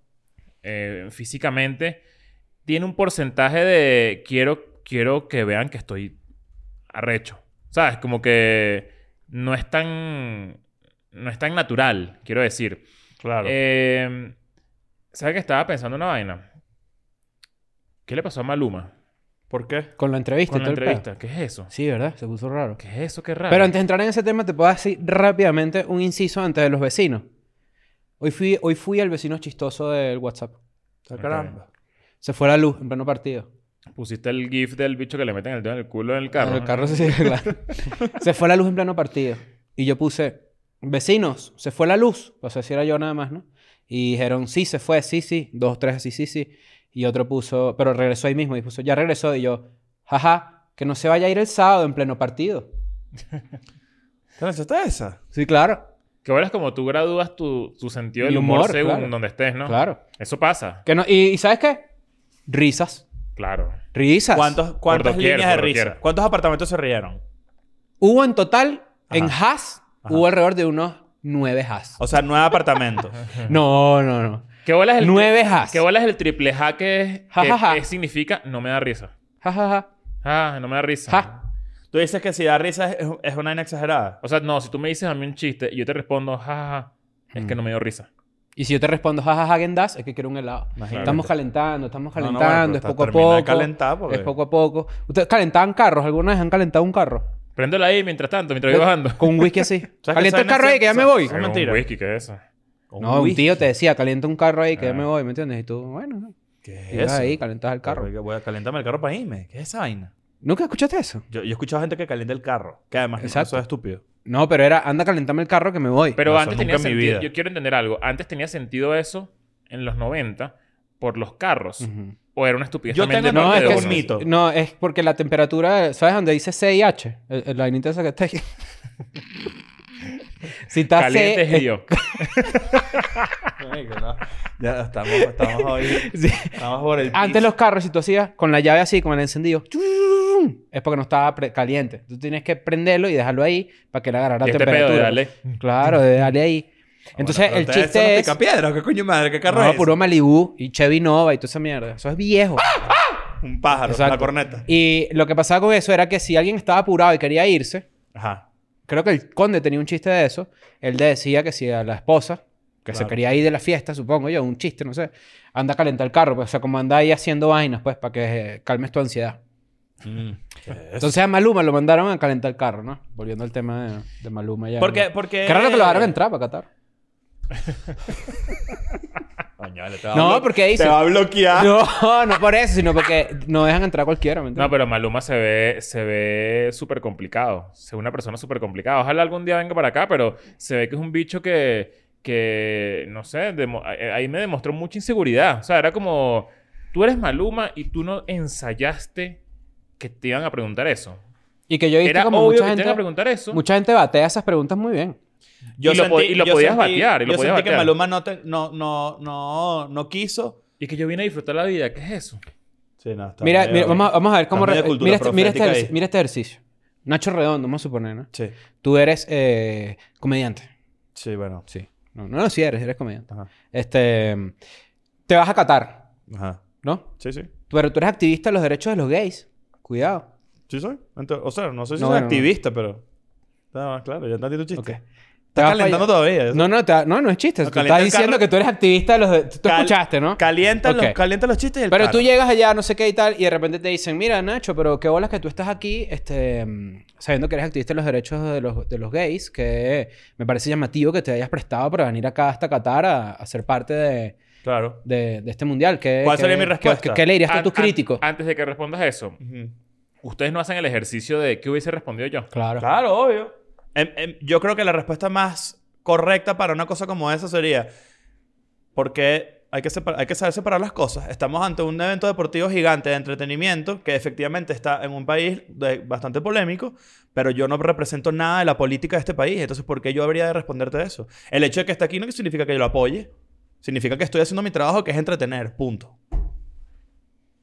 S2: eh, físicamente tiene un porcentaje de quiero, quiero que vean que estoy arrecho. ¿Sabes? Como que no es tan... No es tan natural, quiero decir.
S1: Claro.
S2: Eh, ¿Sabes que estaba pensando una vaina? ¿Qué le pasó a Maluma
S1: ¿Por qué?
S3: Con la entrevista.
S2: con
S3: y
S2: la
S3: todo el peo.
S2: entrevista? ¿Qué es eso?
S3: Sí, ¿verdad? Se puso raro.
S2: ¿Qué es eso? Qué raro.
S3: Pero antes de entrar en ese tema, te puedo decir rápidamente un inciso antes de los vecinos. Hoy fui, hoy fui el vecino chistoso del WhatsApp.
S1: Ah, caramba.
S3: Se fue la luz en pleno partido.
S2: Pusiste el gif del bicho que le meten el dedo en el culo en el carro.
S3: En El carro se, claro. se fue la luz en pleno partido. Y yo puse, vecinos, se fue la luz. O sea, si era yo nada más, ¿no? Y dijeron, sí, se fue, sí, sí. Dos, tres, sí, sí, sí. Y otro puso, pero regresó ahí mismo. Y puso, ya regresó. Y yo, jaja, que no se vaya a ir el sábado en pleno partido.
S1: ¿Te lanzaste esa?
S3: Sí, claro.
S2: Que ahora es como tú gradúas tu, tu sentido
S3: Mi
S2: del humor,
S3: humor,
S2: según
S3: claro.
S2: donde estés, ¿no?
S3: Claro.
S2: Eso pasa.
S3: Que no, y, ¿y ¿sabes qué? Risas.
S2: Claro.
S3: Risas.
S1: ¿Cuántos, ¿Cuántas
S2: doquier,
S1: líneas de
S2: por
S1: risa?
S2: doquier.
S1: ¿Cuántos apartamentos se rieron?
S3: Hubo en total,
S1: Ajá.
S3: en Haas, hubo alrededor de unos nueve Haas.
S1: O sea, nueve apartamentos.
S3: No, no, no.
S2: ¿Qué bola es el,
S3: Nueve Haas.
S2: ¿Qué bola es el triple ja que, es-
S3: Ja,
S2: que-
S3: ja, ja.
S2: que significa no me da risa?
S3: Ja, ja, ja.
S2: Ah, no me da risa.
S3: Ja.
S1: Tú dices que si da risa es, es una inexagerada.
S2: O sea, no, si tú me dices a mí un chiste y yo te respondo ja, ja, ja, es
S3: Mm.
S2: que no me dio risa.
S3: Y si yo te respondo jajaja ja, Gendas, es que quiero un helado.
S1: Imagínate.
S3: Estamos calentando, estamos
S1: No, no,
S3: calentando,
S1: bueno,
S3: es
S1: pero
S3: poco a
S1: termina de
S3: poco.
S1: calentar, porque-
S3: Es poco a poco. ¿Ustedes calentaban carros? ¿Alguna vez han calentado un carro?
S2: Préndelo ahí mientras tanto, mientras voy bajando.
S3: Con un whisky así.
S1: que
S3: Calienta el
S1: esa
S3: carro ahí,
S1: vaina
S3: que ya
S1: se-
S3: me voy.
S1: se- Es mentira.
S2: mentira. Un whisky, ¿qué es eso?
S3: No, un tío te decía, calienta un carro ahí, que ya
S2: Ah.
S3: me voy, ¿me entiendes? Y tú, bueno,
S1: ¿Qué es
S3: ibas
S1: eso?
S3: ahí, calentas el carro.
S1: Porque Voy a calentarme el carro para irme. ¿Qué es esa vaina?
S3: ¿Nunca escuchaste eso?
S1: Yo, yo he escuchado gente que calienta el carro. Que además
S3: Exacto.
S1: eso es estúpido.
S3: No, pero era, anda, calentame el carro que me voy.
S2: Pero
S1: No, eso
S2: antes
S1: nunca
S2: tenía
S1: en mi vida.
S2: sentido. Yo quiero entender algo. Antes tenía sentido eso en los 90 por los carros.
S3: Ujú.
S2: O era una estupidez.
S1: Yo
S2: también de
S1: tengo-
S3: No,
S2: parte
S3: es
S2: de
S3: que
S1: es
S2: uno.
S1: mito.
S3: No, es porque la temperatura, ¿sabes dónde dice C y H? El- el- La vainita esa que está aquí. si está
S2: Caliente es
S3: C,
S2: lío.
S1: Marico, no. Ya estamos, estamos hoy.
S3: es- sí.
S1: Estamos por el.
S3: Antes los carros, si tú hacías con la llave así, con el encendido, ¡churrum! es porque no estaba pre- caliente. Tú tienes que prenderlo y dejarlo ahí para que le agarrara la
S2: Y este
S3: temperatura.
S2: pedo Ah, de darle.
S3: Claro, de darle ahí. Entonces, el chiste es...
S1: pica piedra? ¿Qué coño madre? ¿Qué carro
S3: no,
S1: es?
S3: puro Malibu y Chevy Nova y toda esa mierda. Eso es viejo.
S1: Un pájaro,
S3: Exacto.
S1: una corneta.
S3: Y lo que pasaba con eso era que si alguien estaba apurado y quería irse,
S1: Ajá.
S3: creo que el conde tenía un chiste de eso, él le decía que si a la esposa, que se
S1: Claro.
S3: quería ir de la fiesta, supongo yo, un chiste, no sé, anda a calentar el carro, pues, o sea, como anda ahí haciendo vainas, pues, para que eh, calmes tu ansiedad.
S2: Mm.
S3: Entonces a Maluma lo mandaron a calentar el carro, ¿no? Volviendo al tema de, de Maluma ya.
S1: Porque,
S3: ¿no?
S1: porque.
S3: Qué raro que lo
S2: eh,
S3: dejaron entrar para Qatar.
S1: Coño, vale, te va a
S3: No,
S1: blo-
S3: porque dice-
S1: Te va a bloquear.
S3: No, no por eso, sino porque no dejan entrar a cualquiera,
S2: Ah. No,
S3: ¿me entiendes?
S2: pero Maluma se ve, se ve súper complicado. Se ve una persona súper complicada. Ojalá algún día venga para acá, pero se ve que es un bicho que, que no sé, demo- a- eh, ahí me demostró mucha inseguridad. O sea, era como, tú eres Maluma y tú no ensayaste que te iban a preguntar eso.
S3: Y que yo he visto
S2: Era
S3: como
S2: obvio
S3: mucha
S2: que te iban a
S3: gente,
S2: preguntar eso.
S3: mucha gente batea esas preguntas muy bien.
S2: Y lo po- y lo
S1: yo
S2: podías batear, y lo
S1: yo
S2: podías
S1: sentí que
S2: batear.
S1: Maluma no, te- no, no, no, no quiso.
S2: Y que yo vine a disfrutar la vida. ¿Qué es eso?
S1: Sí, no, está
S3: Mira,
S1: medio-
S3: mira, vamos, a- vamos a ver cómo...
S1: Está
S3: re-
S1: medio cultura
S3: Mira este, mira, este
S1: profética
S3: ejerci-
S1: ahí.
S3: mira este ejercicio. Nacho Redondo, vamos a suponer, ¿no?
S1: Sí,
S3: Tú eres eh, comediante.
S1: sí, bueno.
S3: Sí. No, no lo sí eres, eres comediante.
S1: Ajá.
S3: Este... Te vas a Qatar,
S1: Ajá.
S3: ¿no?
S1: Sí, sí.
S3: Pero tú eres activista de los derechos de los gays. Cuidado.
S1: Sí soy. Ento- o sea, no sé si
S3: No,
S1: soy
S3: bueno,
S1: activista, pero... No, claro, ya entendí tu chiste.
S3: Ok. Te
S1: Estás
S3: vas
S1: calentando
S3: para allá.
S1: todavía. ¿eh?
S3: No, no, te- no, no es chiste.
S1: No,
S3: tú
S1: calienta
S3: estás
S1: el
S3: diciendo
S1: carro.
S3: que tú eres activista de los... de- Tú
S1: Cal-
S3: escuchaste, ¿no?
S1: Calienta,
S3: Ok.
S1: los, calienta los chistes y el
S3: Pero tú
S1: carro.
S3: llegas allá, no sé qué y tal, y de repente te dicen, mira, Nacho, pero qué bolas que tú estás aquí, este, mm, sabiendo que eres activista de los derechos de los, de los gays, que me parece llamativo que te hayas prestado para venir acá hasta Qatar a, a ser parte de,
S1: Claro.
S3: de- de este mundial. ¿Qué,
S1: ¿Cuál
S3: qué-
S1: sería mi
S3: qué-
S1: respuesta?
S3: ¿Qué, qué le dirías tú a
S2: An-
S3: tus
S2: an-
S3: críticos?
S2: Antes de que respondas eso,
S1: Ujú.
S2: ustedes no hacen el ejercicio de qué hubiese respondido yo.
S3: Claro.
S1: Claro, obvio. Em, em, yo creo que la respuesta más correcta para una cosa como esa sería, porque hay que, separ- hay que saber separar las cosas. Estamos ante un evento deportivo gigante de entretenimiento que efectivamente está en un país de- bastante polémico, pero yo no represento nada de la política de este país. Entonces, ¿por qué yo habría de responderte eso? El hecho de que esté aquí no significa que yo lo apoye. Significa que estoy haciendo mi trabajo, que es entretener. Punto.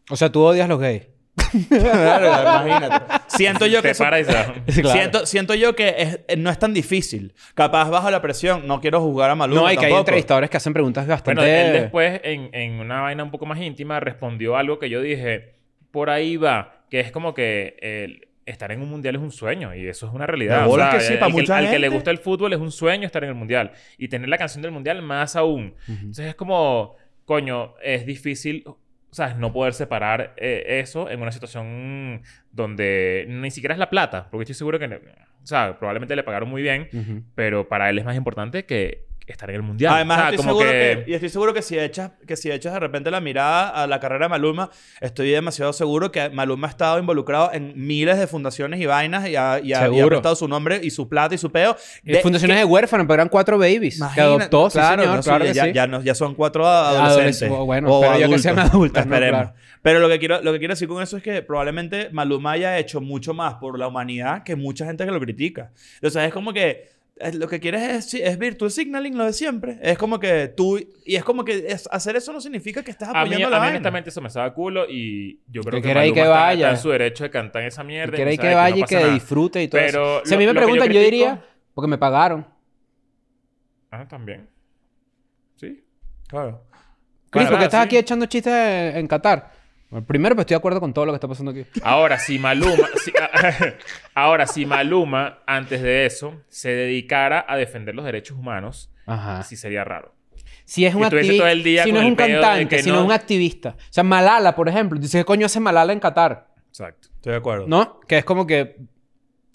S3: O sea, tú odias los gays.
S1: imagínate. Siento yo que
S2: Te
S1: eso-
S2: para y se va.
S3: Claro.
S1: Siento, siento yo que es- eh, no es tan difícil. Capaz bajo la presión, no quiero juzgar a Maluma
S3: No, hay que hay
S1: tampoco.
S3: entrevistadores que hacen preguntas bastante...
S2: Bueno, él después, en, en una vaina un poco más íntima, respondió algo que yo dije, por ahí va, que es como que el estar en un mundial es un sueño y eso es una realidad.
S1: De bolas que sí,
S2: al
S1: para mucha
S2: al que le
S1: gente.
S2: gusta el fútbol es un sueño estar en el mundial y tener la canción del mundial más aún.
S3: Ujú.
S2: Entonces es como, coño, es difícil, o sea, no poder separar eh, eso en una situación donde ni siquiera es la plata, porque estoy seguro que, o sea, probablemente le pagaron muy bien,
S3: Ujú.
S2: pero para él es más importante que estar en el mundial.
S1: Además,
S2: O sea,
S1: estoy seguro que... y estoy seguro que si echas que si echas de repente la mirada a la carrera de Maluma, estoy demasiado seguro que Maluma ha estado involucrado en miles de fundaciones y vainas y ha, y ha- y ha
S3: Seguro.
S1: prestado su nombre y su plata y su peo.
S3: Y
S1: De-
S3: Fundaciones de huérfanos, pero eran cuatro babies que
S1: Imagínate,
S3: adoptó, sí, señor,
S1: no, sí,
S3: claro
S1: ya,
S3: que sí.
S1: ya no- ya son cuatro adolescentes.
S3: Adolesc- bueno, espero yo que sean adultas, ¿no?
S1: Esperemos.
S3: Claro.
S1: Pero lo que, quiero, lo que quiero decir con eso es que probablemente Maluma haya hecho mucho más por la humanidad que mucha gente que lo critica. O sea, es como que eh, lo que quieres es, es virtual signaling, lo de siempre. Es como que tú... Y es como que es- hacer eso no significa que estás
S2: A mí,
S1: apoyando
S2: a
S1: Ah, la
S2: mí
S1: vaina.
S2: honestamente, eso me estaba culo y yo creo
S3: Que
S2: que,
S3: quiera y
S2: Maluma
S3: que
S2: está-
S3: vaya.
S2: está en su derecho de cantar esa mierda.
S3: Y quiere
S2: o sea,
S3: que vaya y
S2: no
S3: que
S2: pasa nada.
S3: disfrute y todo
S2: Pero
S3: eso. Si a mí
S2: lo- lo que
S3: me
S2: yo
S3: preguntan, yo,
S2: critico-
S3: diría, porque me pagaron.
S2: Ah, también. Sí.
S1: Claro.
S3: Cris,
S2: Claro,
S3: ¿por
S2: ah,
S3: qué estás
S2: sí.
S3: aquí echando chistes en en Qatar? Bueno, primero, pues estoy de acuerdo con todo lo que está pasando aquí.
S2: Ahora, si Maluma... si- ahora, si Maluma, antes de eso, se dedicara a defender los derechos humanos,
S3: Ajá.
S2: sí sería raro.
S3: Si es un
S2: Que estuviese todo el
S3: activista,
S2: día
S3: si
S2: con
S3: no es
S2: el
S3: un
S2: pedo de
S3: cantante,
S2: que
S3: si no es
S2: no-
S3: un activista. O sea, Malala, por ejemplo. Dice, ¿qué coño hace Malala en Qatar?
S2: Exacto.
S1: Estoy de acuerdo.
S3: ¿No? Que es como que...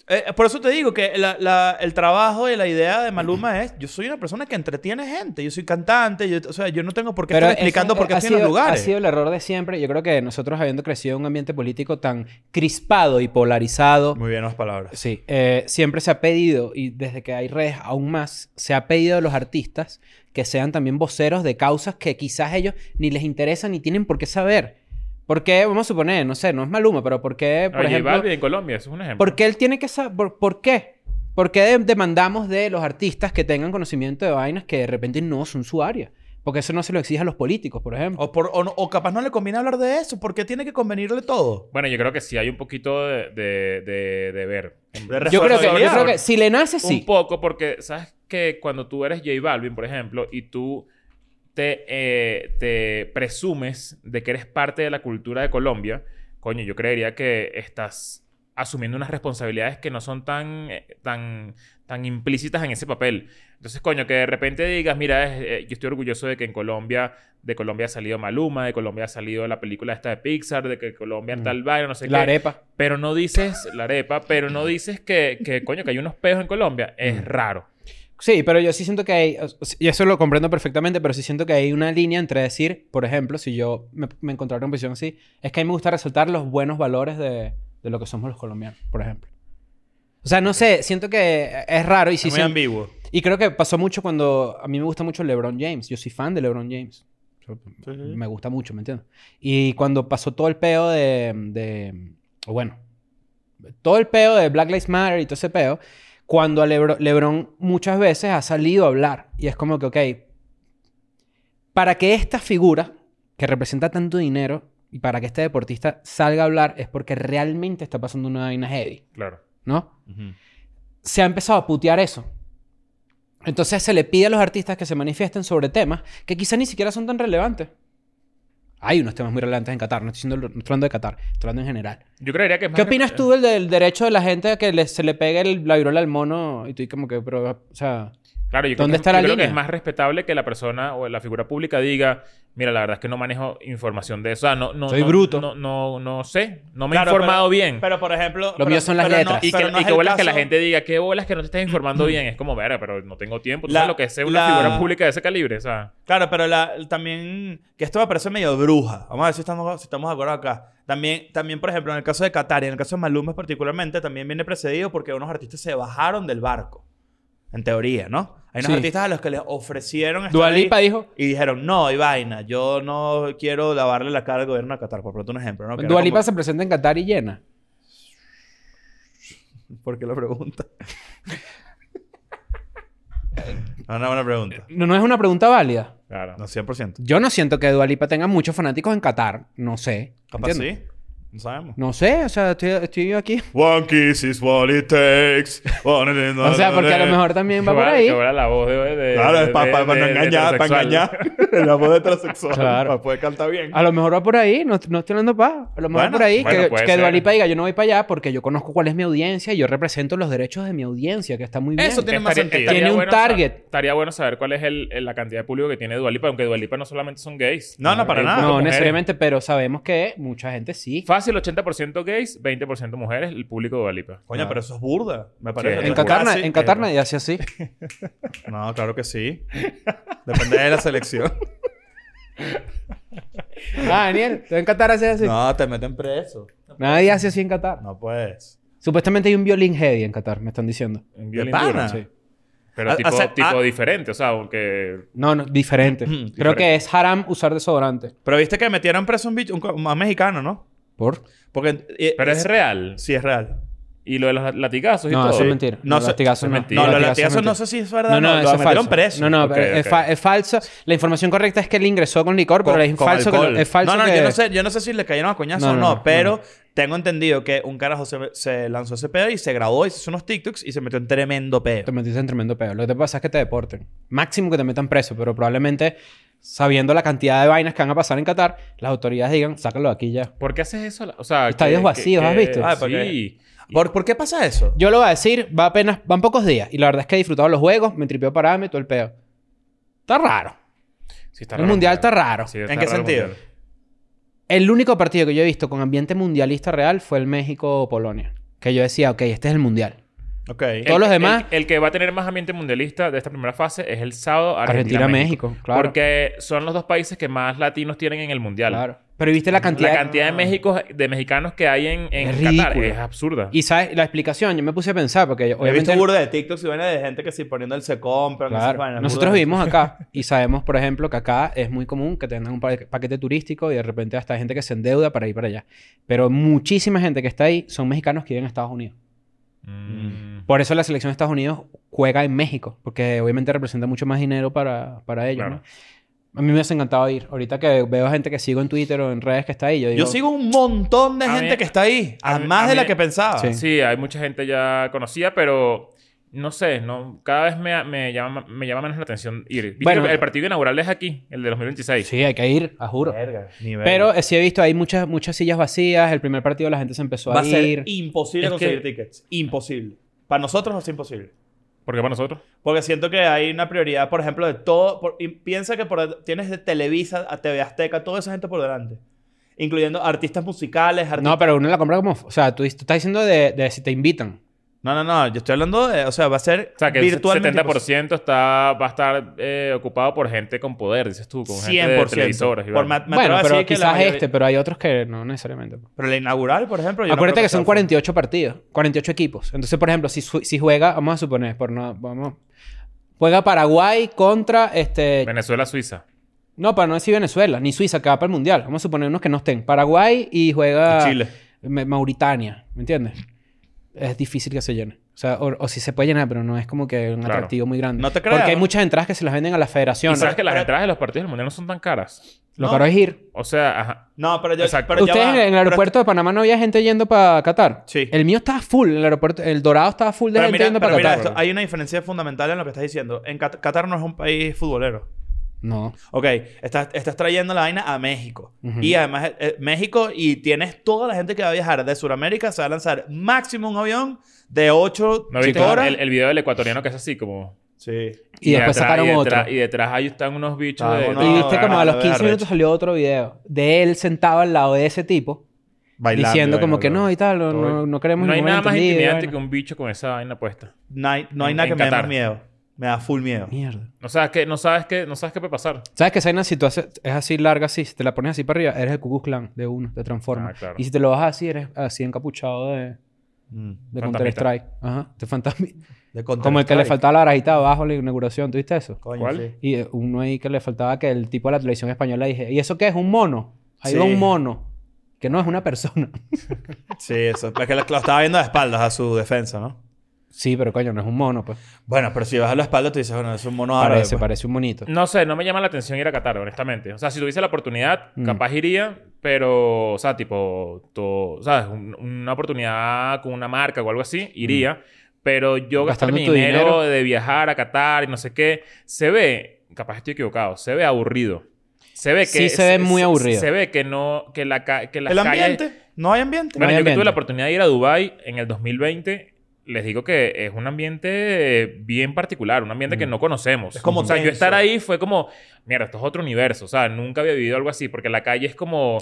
S1: Eh, por eso te digo que la- la- el trabajo y la idea de Maluma es: yo soy una persona que entretiene gente, yo soy cantante, yo, o sea, yo no tengo por qué estar
S3: eso,
S1: explicando por qué
S3: eh, ha
S1: estoy en los
S3: sido-
S1: lugares.
S3: Ha sido el error de siempre. Yo creo que nosotros, habiendo crecido en un ambiente político tan crispado y polarizado,
S1: Muy bien las palabras.
S3: Sí, eh, siempre se ha pedido, y desde que hay redes aún más, se ha pedido a los artistas que sean también voceros de causas que quizás ellos ni les interesan ni tienen por qué saber. ¿Por qué? Vamos a suponer, no sé, no es Maluma, pero ¿por qué, por
S2: Oye,
S3: ejemplo,
S2: Balbi en Colombia, eso es un ejemplo.
S3: por qué él tiene que saber? Por, por qué? ¿Por qué de- demandamos de los artistas que tengan conocimiento de vainas que de repente no son su área? Porque eso no se lo exige a los políticos, por
S2: Oh,
S3: ejemplo.
S1: O, por- o no- o capaz no le conviene hablar de eso, porque tiene que convenirle todo.
S2: Bueno, yo creo que sí hay un poquito de, de, de- de ver.
S3: Yo creo, que, yo
S1: responsabilidad.
S3: creo que si le nace, sí.
S2: Un poco, porque sabes que cuando tú eres J Balvin, por ejemplo, y tú te, eh, te presumes de que eres parte de la cultura de Colombia, coño, yo creería que estás asumiendo unas responsabilidades que no son tan, eh, tan, tan implícitas en ese papel. Entonces, coño, que de repente digas, mira, es- eh, yo estoy orgulloso de que en Colombia, de Colombia ha salido Maluma, de Colombia ha salido la película esta de Pixar, de que Colombia en
S3: Mm.
S2: tal vaina, no sé
S3: La
S2: qué.
S3: arepa.
S2: Pero no dices la arepa, pero no dices que, que coño, que hay unos pejos en Colombia. Es raro.
S3: Sí, pero yo sí siento que hay, o- o- y eso lo comprendo perfectamente, pero sí siento que hay una línea entre decir, por ejemplo, si yo me, me encontrara en una posición así, es que a mí me gusta resaltar los buenos valores de, de lo que somos los colombianos, por ejemplo. O sea, no sé, siento que es raro y sí
S1: muy
S3: sien-
S1: ambiguo.
S3: Y creo que pasó mucho cuando a mí me gusta mucho LeBron James, yo soy fan de LeBron James.
S1: Sí, sí, sí.
S3: Me gusta mucho, ¿me entiendes? Y cuando pasó todo el peo de, de- o Bueno, todo el peo de Black Lives Matter y todo ese peo, cuando a Lebro- LeBron muchas veces ha salido a hablar. Y es como que, ok, para que esta figura que representa tanto dinero y para que este deportista salga a hablar es porque realmente está pasando una vaina heavy,
S2: Claro.
S3: ¿no? se ha empezado a putear eso. Entonces se le pide a los artistas que se manifiesten sobre temas que quizá ni siquiera son tan relevantes. Hay unos temas muy relevantes en Qatar, no estoy, diciendo- no estoy hablando de Qatar, estoy hablando en general.
S2: Yo creería que es más
S3: ¿Qué
S2: que-
S3: opinas tú del, del derecho de la gente a que le- se le pegue el- la viruela al mono? Y tú como que, pero, o sea,
S2: Claro, yo, creo
S3: ¿Dónde
S2: que,
S3: está
S2: yo
S3: la
S2: creo que
S3: línea?
S2: es más respetable que la persona o la figura pública diga, mira, la verdad es que no manejo información de eso. O sea, no, no,
S3: Soy
S2: no-
S3: bruto.
S2: No, no, no sé. No me
S1: Claro,
S2: he informado bien.
S1: Pero, por ejemplo...
S3: Lo mío son las
S1: pero no-
S3: letras.
S2: y que,
S1: pero no
S2: y
S1: es
S2: que
S1: el
S2: bolas que la
S1: caso-
S2: gente diga, qué bolas que no te estás informando bien. Es como, verga, pero no tengo tiempo. Tú
S1: La-
S2: sabes lo que es una
S1: la-
S2: figura pública de ese calibre. O sea,
S1: Claro, pero la, también que esto me parece medio bruja. Vamos a ver si estamos, si estamos de acuerdo acá. También, también, por ejemplo, en el caso de Qatar y en el caso de Maluma particularmente, también viene precedido porque unos artistas se bajaron del barco. En teoría, ¿no? Hay unos
S3: Sí.
S1: artistas a los que les ofrecieron estar ahí
S3: Dualipa dijo,
S1: y dijeron, no, hay vaina, yo no quiero lavarle la cara al gobierno de Qatar, por pronto un ejemplo, ¿no? Que era
S3: Dualipa se presenta en Qatar y llena.
S1: como- ¿Por qué lo pregunta? no, una buena pregunta.
S3: No, no es una pregunta válida.
S2: claro.
S1: No, 100%.
S3: Yo no siento que Dualipa tenga muchos fanáticos en Qatar, no sé.
S1: Capaz
S3: ¿entiendes?
S1: sí. No sabemos.
S3: No sé, o sea, estoy, estoy aquí.
S1: One kiss is what it takes.
S3: O
S1: o
S3: sea, porque
S1: eh,
S3: a lo mejor eh, también va
S2: Que
S3: por
S2: bola-
S3: ahí.
S2: que bola la voz de. de-
S1: Claro, es
S2: de-
S1: para,
S2: de-
S1: para no
S2: de- de
S1: engañar, para
S2: heterosexual.
S1: engañar. La voz de heterosexual.
S3: Claro.
S1: Para poder cantar bien.
S3: A lo mejor va por ahí, no, no estoy hablando pa. A lo mejor
S1: Bueno,
S3: va por ahí
S2: bueno,
S3: que,
S2: puede
S3: que
S2: ser.
S3: Dualipa diga yo no voy para allá porque yo conozco cuál es mi audiencia y yo represento los derechos de mi audiencia, que está muy bien.
S1: Eso tiene más
S2: Estaría-
S1: sentido.
S2: estaría
S3: Tiene un
S2: sa-
S3: target.
S2: Estaría bueno saber cuál es el, el- la cantidad de público que tiene Dualipa, aunque Dualipa no solamente son gays.
S1: No, no, para
S2: Hay
S1: nada.
S2: un poco
S3: no
S2: de mujeres.
S3: necesariamente, pero sabemos que mucha gente sí.
S2: Fácil, 80% gays, 20% mujeres, el público de Dualipa.
S1: Coño, pero eso es burda. Me parece.
S2: Sí.
S3: En
S1: Tú
S3: Qatar, na-
S1: haces-
S3: en Qatar nadie hace así.
S1: No, claro que sí. Depende de la selección.
S3: Ah, Daniel, tú en Qatar haces así.
S1: No, te meten preso.
S3: Nadie hace así en Qatar.
S1: No puedes.
S3: Supuestamente hay un violín heavy en Qatar, me están diciendo.
S2: En
S1: ¿De
S2: violín
S1: pana?
S2: duro, sí. Pero
S1: Ah,
S2: tipo,
S1: o sea,
S2: tipo
S1: ah.
S2: diferente, o sea, porque...
S3: No, no, diferente.
S1: Ujú,
S3: Creo
S2: diferente.
S3: que es haram usar desodorante.
S1: Pero viste que metieron preso un bicho, un, co- un mexicano, ¿no?
S3: ¿Por?
S1: Porque. eh,
S2: Pero es real.
S1: Sí, es real.
S2: Y lo de los latigazos y
S3: No,
S2: todo.
S3: eso es mentira.
S1: No
S3: No,
S1: sé-
S3: latigazos
S2: es
S3: no.
S2: mentira.
S1: No,
S2: Sí,
S1: lo
S3: latigazos es
S1: latigazo
S3: mentira.
S1: no sé si es verdad.
S3: No, no, eso
S1: lo
S3: es
S1: metieron
S3: falso.
S1: preso.
S3: No, no,
S2: Ok,
S3: pero es,
S2: ok.
S3: fa- es falso. La información correcta es que él ingresó con licor, pero es
S1: con
S3: falso, que
S1: alcohol.
S3: lo- es falso
S1: No, no,
S3: que-
S1: yo no sé, yo no sé si le cayeron a coñazo
S3: No,
S1: o
S3: no,
S1: no,
S3: no,
S1: pero
S3: no.
S1: tengo entendido que un carajo se, se lanzó ese pedo y se grabó y se hizo unos TikToks y se metió en tremendo
S3: Te
S1: pedo.
S3: metiste en tremendo pedo. Lo que te pasa es que te deporten. Máximo que te metan preso, pero probablemente sabiendo la cantidad de vainas que van a pasar en Qatar, las autoridades digan, sácalo de aquí ya.
S2: ¿Por qué haces eso? O sea...
S3: Estadios
S2: que-
S3: vacíos,
S2: que-
S3: ¿has visto?
S1: Ah, ¿para
S2: sí.
S1: ¿Por, por qué pasa eso?
S3: Yo lo voy a decir, va apenas, van pocos días. Y la verdad es que he disfrutado los juegos, me tripeó pararme, todo el pedo. Está raro.
S2: Sí, está
S3: El
S2: raro,
S3: mundial
S2: claro.
S3: está raro.
S2: Sí, está
S1: ¿En qué
S2: raro el
S1: sentido?
S2: mundial.
S3: El único partido que yo he visto con ambiente mundialista real fue el México-Polonia. Que yo decía, ok, este es el mundial.
S1: Ok.
S3: Todos los demás-
S2: El, el que va a tener más ambiente mundialista de esta primera fase es el sábado
S3: Argentina-México,
S2: Argentina-México.
S3: claro.
S2: Porque son los dos países que más latinos tienen en el mundial.
S3: Claro. Pero viste la cantidad.
S2: La cantidad de, México, de mexicanos que hay en, en
S3: Es
S2: Qatar
S3: ridículo.
S2: es absurda.
S3: Y sabes, la explicación, yo me puse a pensar, porque
S1: He visto
S3: obviamente.
S1: burda de TikToks y vainas de gente que si poniendo el se compran.
S3: Claro.
S1: esas vainas,
S3: Nosotros
S1: burda de-
S3: vivimos acá y sabemos, por ejemplo, que acá es muy común que tengan un pa- paquete turístico y de repente hasta hay gente que se endeuda para ir para allá. Pero muchísima gente que está ahí son mexicanos que viven en Estados Unidos.
S2: Mm.
S3: Por eso la selección de Estados Unidos juega en México, porque obviamente representa mucho más dinero para, para ellos.
S2: Claro.
S3: ¿no? A mí me hubiese encantado ir. Ahorita que veo gente que sigo en Twitter o en redes que está ahí, yo digo...
S1: Yo sigo un montón de
S2: A
S1: gente
S2: mí-
S1: que está ahí,
S2: a
S1: a
S2: mí-
S1: más
S2: a
S1: de
S2: mí-
S1: la que pensaba.
S3: Sí.
S2: Sí, hay mucha gente ya conocida, pero no sé, no, cada vez me, me, llama, me llama menos la atención ir. Viste
S3: Bueno.
S2: que el partido inaugural es aquí, el de 2026.
S3: Sí, hay que ir, a juro.
S1: Verga, ni verga.
S3: Pero eh, sí he visto, hay muchas, muchas sillas vacías. El primer partido la gente se empezó
S1: va
S3: a
S1: a ser
S3: ir.
S1: imposible
S2: Es que-
S1: conseguir tickets. Imposible. Para nosotros va a ser imposible.
S2: Porque para nosotros.
S1: Porque siento que hay una prioridad, por ejemplo, de todo. por- y piensa que por- tienes de Televisa a TV Azteca, toda esa gente por delante. Incluyendo artistas musicales, artistas.
S3: No, pero uno la compra como... O sea, tú, tú estás diciendo de, de si te invitan.
S1: no, no, no, Yo estoy hablando de. O sea, va a ser
S2: O sea, que el
S1: virtualmente. pues,
S2: 70% está, va a estar eh, ocupado por gente con poder, dices tú, con gente de
S1: 100%.
S2: televisoras. y
S1: Por
S2: vaina.
S1: ma- me atrevo
S3: bueno,
S1: a
S3: pero
S1: decir que la
S3: quizás
S1: mayoría-
S3: este, pero hay otros que no necesariamente.
S1: Pero la inaugural, por ejemplo. yo no
S3: Acuérdate
S1: creo
S3: que son
S1: sea-
S3: 48 partidos, 48 equipos. Entonces, por ejemplo, si, su- si juega, vamos a suponer, por no, vamos, juega Paraguay contra este.
S2: Venezuela, Suiza.
S3: No, para no decir Venezuela, ni Suiza, que va para el mundial. Vamos a suponer unos que no estén. Paraguay y juega.
S1: Y Chile.
S3: Ma- Mauritania, ¿me entiendes? Es difícil que se llene. O sea, o, o si se puede llenar, pero no es como que un
S2: Claro.
S3: atractivo muy grande.
S1: No te creas,
S3: Porque hay
S1: ¿no?
S3: muchas entradas que se las venden a la
S2: Y
S3: federación.
S2: sabes que las
S1: pero-
S2: entradas de los partidos del mundial no son tan caras.
S3: Lo
S1: No.
S3: caro es ir.
S2: O sea, ajá.
S1: No, pero yo.
S2: Exacto.
S1: Pero ya
S3: Ustedes
S1: va.
S3: en el
S1: Pero-
S3: aeropuerto de Panamá no había gente yendo para Qatar.
S1: Sí.
S3: El mío estaba full. El aeropuerto, el Dorado estaba full de
S1: Pero,
S3: gente
S1: mira,
S3: yendo
S1: pero
S3: para
S1: mira
S3: Qatar.
S1: esto, hay una diferencia fundamental en lo que estás diciendo. En Cat- Qatar no es un país futbolero.
S3: No.
S1: Ok, estás, estás trayendo la vaina a México.
S3: Ujú.
S1: Y además, eh, México, y tienes toda la gente que va a viajar de Sudamérica, se va a lanzar máximo un avión de 8
S2: ¿No viste
S1: horas.
S2: el, el video del ecuatoriano que es así como...
S1: Sí.
S3: Y,
S2: detrás-
S3: después sacaron
S2: y
S3: otro.
S2: detrás- Y detrás ahí están unos bichos
S1: Ah,
S2: de...
S1: uno-
S2: de-
S3: y este
S1: No,
S3: viste como a los
S1: no,
S3: 15
S1: arrecho.
S3: minutos salió otro video de él sentado al lado de ese tipo
S1: Bailando,
S3: diciendo como
S1: bailando.
S3: que no y tal, no, no, no queremos
S2: No hay
S3: ningún
S2: nada más
S3: malentendido,
S2: intimidante que
S3: vaina.
S2: un bicho con esa vaina puesta.
S1: No hay, no hay
S2: En-
S1: nada que
S2: en
S1: me dé más
S2: Qatar.
S1: miedo. Me da full miedo.
S3: Mierda.
S2: No sabes qué, no sabes qué, no sabes qué puede pasar.
S3: ¿Sabes que esa vaina si tú haces, es así larga así, si te la pones así para arriba, eres el Ku Klux Klan de uno, te transforma.
S2: Ah, claro.
S3: Y si te lo bajas así, eres así encapuchado de,
S1: Mm.
S3: de
S2: Fantasmita.
S3: Counter-Strike. Ajá, de fantasmi-
S1: De
S3: Como el que le
S1: Counter-Strike.
S3: faltaba la rajita abajo en la inauguración, ¿tuviste eso?
S1: Coño,
S2: ¿Cuál?
S1: sí.
S3: Y eh, uno ahí que le faltaba que el tipo de la televisión española dije, ¿y eso qué es? ¿Un mono? Ahí
S1: Sí.
S3: va un mono. Que no es una persona.
S1: Sí, eso. Es que lo, lo estaba viendo de espaldas a su defensa, ¿no?
S3: sí, pero coño, no es un mono, pues.
S1: Bueno, pero si vas a la espalda, tú dices, bueno, es un mono árabe.
S3: Parece,
S1: pues.
S3: parece un monito.
S2: No sé, no me llama la atención ir a Qatar, honestamente. O sea, si tuviese la oportunidad,
S3: Mm.
S2: capaz iría, pero, o sea, tipo, todo, ¿sabes? Un- una oportunidad con una marca o algo así, iría. Pero yo gastar
S3: Mm. Gastando
S2: mi
S3: tu
S2: dinero,
S3: dinero.
S2: de viajar a Qatar y no sé qué, se ve, capaz estoy equivocado, se ve aburrido. Se ve que.
S3: Sí, se ve muy aburrido.
S2: Se ve que no, que la, ca- que las
S1: ¿El
S2: calles-
S1: ambiente? ¿No hay ambiente?
S2: Bueno,
S3: hay
S2: yo que tuve
S3: ambiente.
S2: la oportunidad de ir a Dubai en el 2020, les digo que es un ambiente eh, bien particular, un ambiente que
S3: Mm.
S2: no conocemos.
S1: Es como
S2: o sea, yo
S1: tenso.
S2: estar ahí fue como, mira, esto es otro universo, o sea, nunca había vivido algo así, porque la calle es como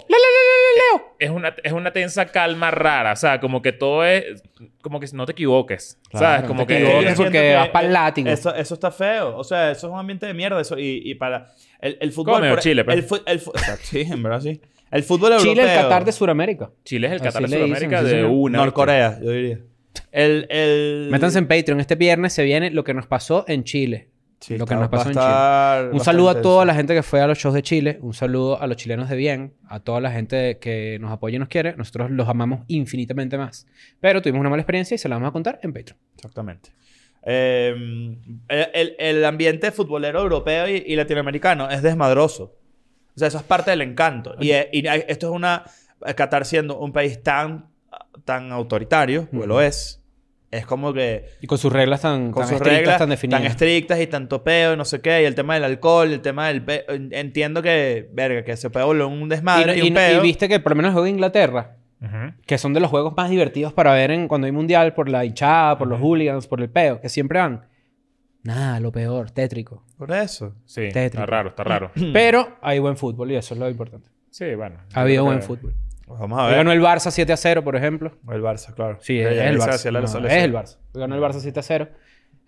S2: es una, es una tensa calma rara, o sea, como que todo es como que no te equivoques,
S1: Claro,
S2: ¿sabes?
S3: no
S2: Como
S3: te
S2: que
S1: yo
S3: equivoques.
S1: siento e,
S3: porque vas pa'l látigo.
S1: Eso, eso está feo. O sea, eso es un ambiente de mierda. Eso, y, y para. El, el fútbol.
S2: Come,
S1: por-
S2: Chile, pues.
S1: el, fu- el fu- Exacto, sí, en verdad sí. El fútbol europeo.
S3: Chile, el Qatar de Sudamérica.
S2: Chile es el
S3: Así
S2: Qatar de
S3: le dicen,
S2: Sudamérica
S3: sí,
S2: de
S3: señor.
S2: una.
S1: Norcorea, yo diría. El. el...
S3: Métanse en Patreon. Este viernes se viene lo que nos pasó en Chile.
S1: Sí,
S3: lo que
S1: está-
S3: nos
S1: va a
S3: pasó en
S1: estar
S3: Un
S1: bastante
S3: saludo a toda
S1: tenso.
S3: la gente que fue a los shows de Chile. Un saludo a los chilenos de bien. A toda la gente que nos apoya y nos quiere. Nosotros los amamos infinitamente más. Pero tuvimos una mala experiencia y se la vamos a contar en Patreon.
S1: Exactamente. Eh, el, el- el ambiente futbolero europeo y, y latinoamericano es desmadroso. O sea, eso es parte del encanto. Y, eh, y hay- esto es una. Qatar siendo un país tan, tan autoritario, pues lo es, es como que
S3: Y con sus reglas tan,
S1: con
S3: tan
S1: sus
S3: estrictas,
S1: reglas
S3: tan definidas.
S1: estrictas y tanto peo y no sé qué. Y el tema del alcohol, el tema del... pe- Entiendo que, verga, que se puede volver un desmadre y,
S3: Y-
S1: un
S3: y-
S1: peo.
S3: y viste que por lo menos el juego de Inglaterra
S2: Ujú.
S3: que son de los juegos más divertidos para ver en, cuando hay mundial, por la hinchada, por los hooligans, por el peo, que siempre van. Nada, lo peor, tétrico.
S1: Por eso.
S2: Sí,
S3: Tétrico.
S2: está raro, está raro.
S1: Hmm.
S3: Pero hay buen fútbol y eso es lo importante.
S2: Sí, bueno.
S3: Ha habido
S2: Creo
S3: buen
S2: que-
S3: fútbol.
S1: Pues vamos a
S3: Hoy
S1: ver.
S3: Ganó el Barça 7 a 0, por ejemplo.
S1: El Barça, claro.
S3: Sí,
S1: Ya,
S3: es,
S1: ya,
S3: el
S1: esa-
S3: Barça.
S1: esa es la-
S3: No,
S1: la- la-
S3: es el Barça. Hoy Ganó el Barça 7 a 0.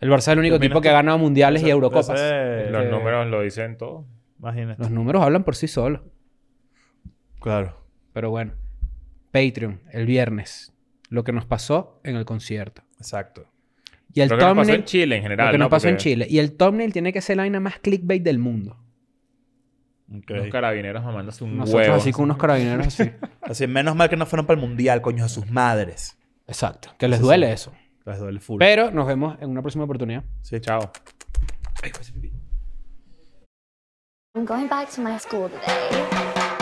S3: El Barça es el único
S1: ¿Qué
S3: tipo que
S1: opinas
S3: ha
S1: tú?
S3: ganado mundiales y
S1: este- Ese-
S3: eurocopas.
S1: ese-
S2: Los
S3: Eh,
S2: números lo dicen todo.
S1: Imagínate.
S3: Los números hablan por sí solos.
S1: Claro.
S3: Pero bueno. Patreon, el viernes. Lo que nos pasó en el concierto.
S1: Exacto.
S3: Y el
S2: Lo que nos pasó
S3: thumbnail-
S2: en Chile en general.
S3: Lo que
S2: ¿no?
S3: nos pasó en
S2: Porque
S3: Chile. Y el thumbnail tiene que ser la vaina más clickbait del mundo.
S1: Ok.
S2: Los carabineros mamándose un
S3: Nosotros
S2: huevo.
S3: así con unos carabineros así.
S1: Así, menos mal que no fueron para el Mundial, coño, a sus madres.
S3: Exacto. Que les
S1: Sí, sí.
S3: duele eso.
S1: Les duele full.
S3: Pero nos vemos en una próxima oportunidad.
S1: Sí, chao.
S2: Chao.
S5: I'm going back to my school today.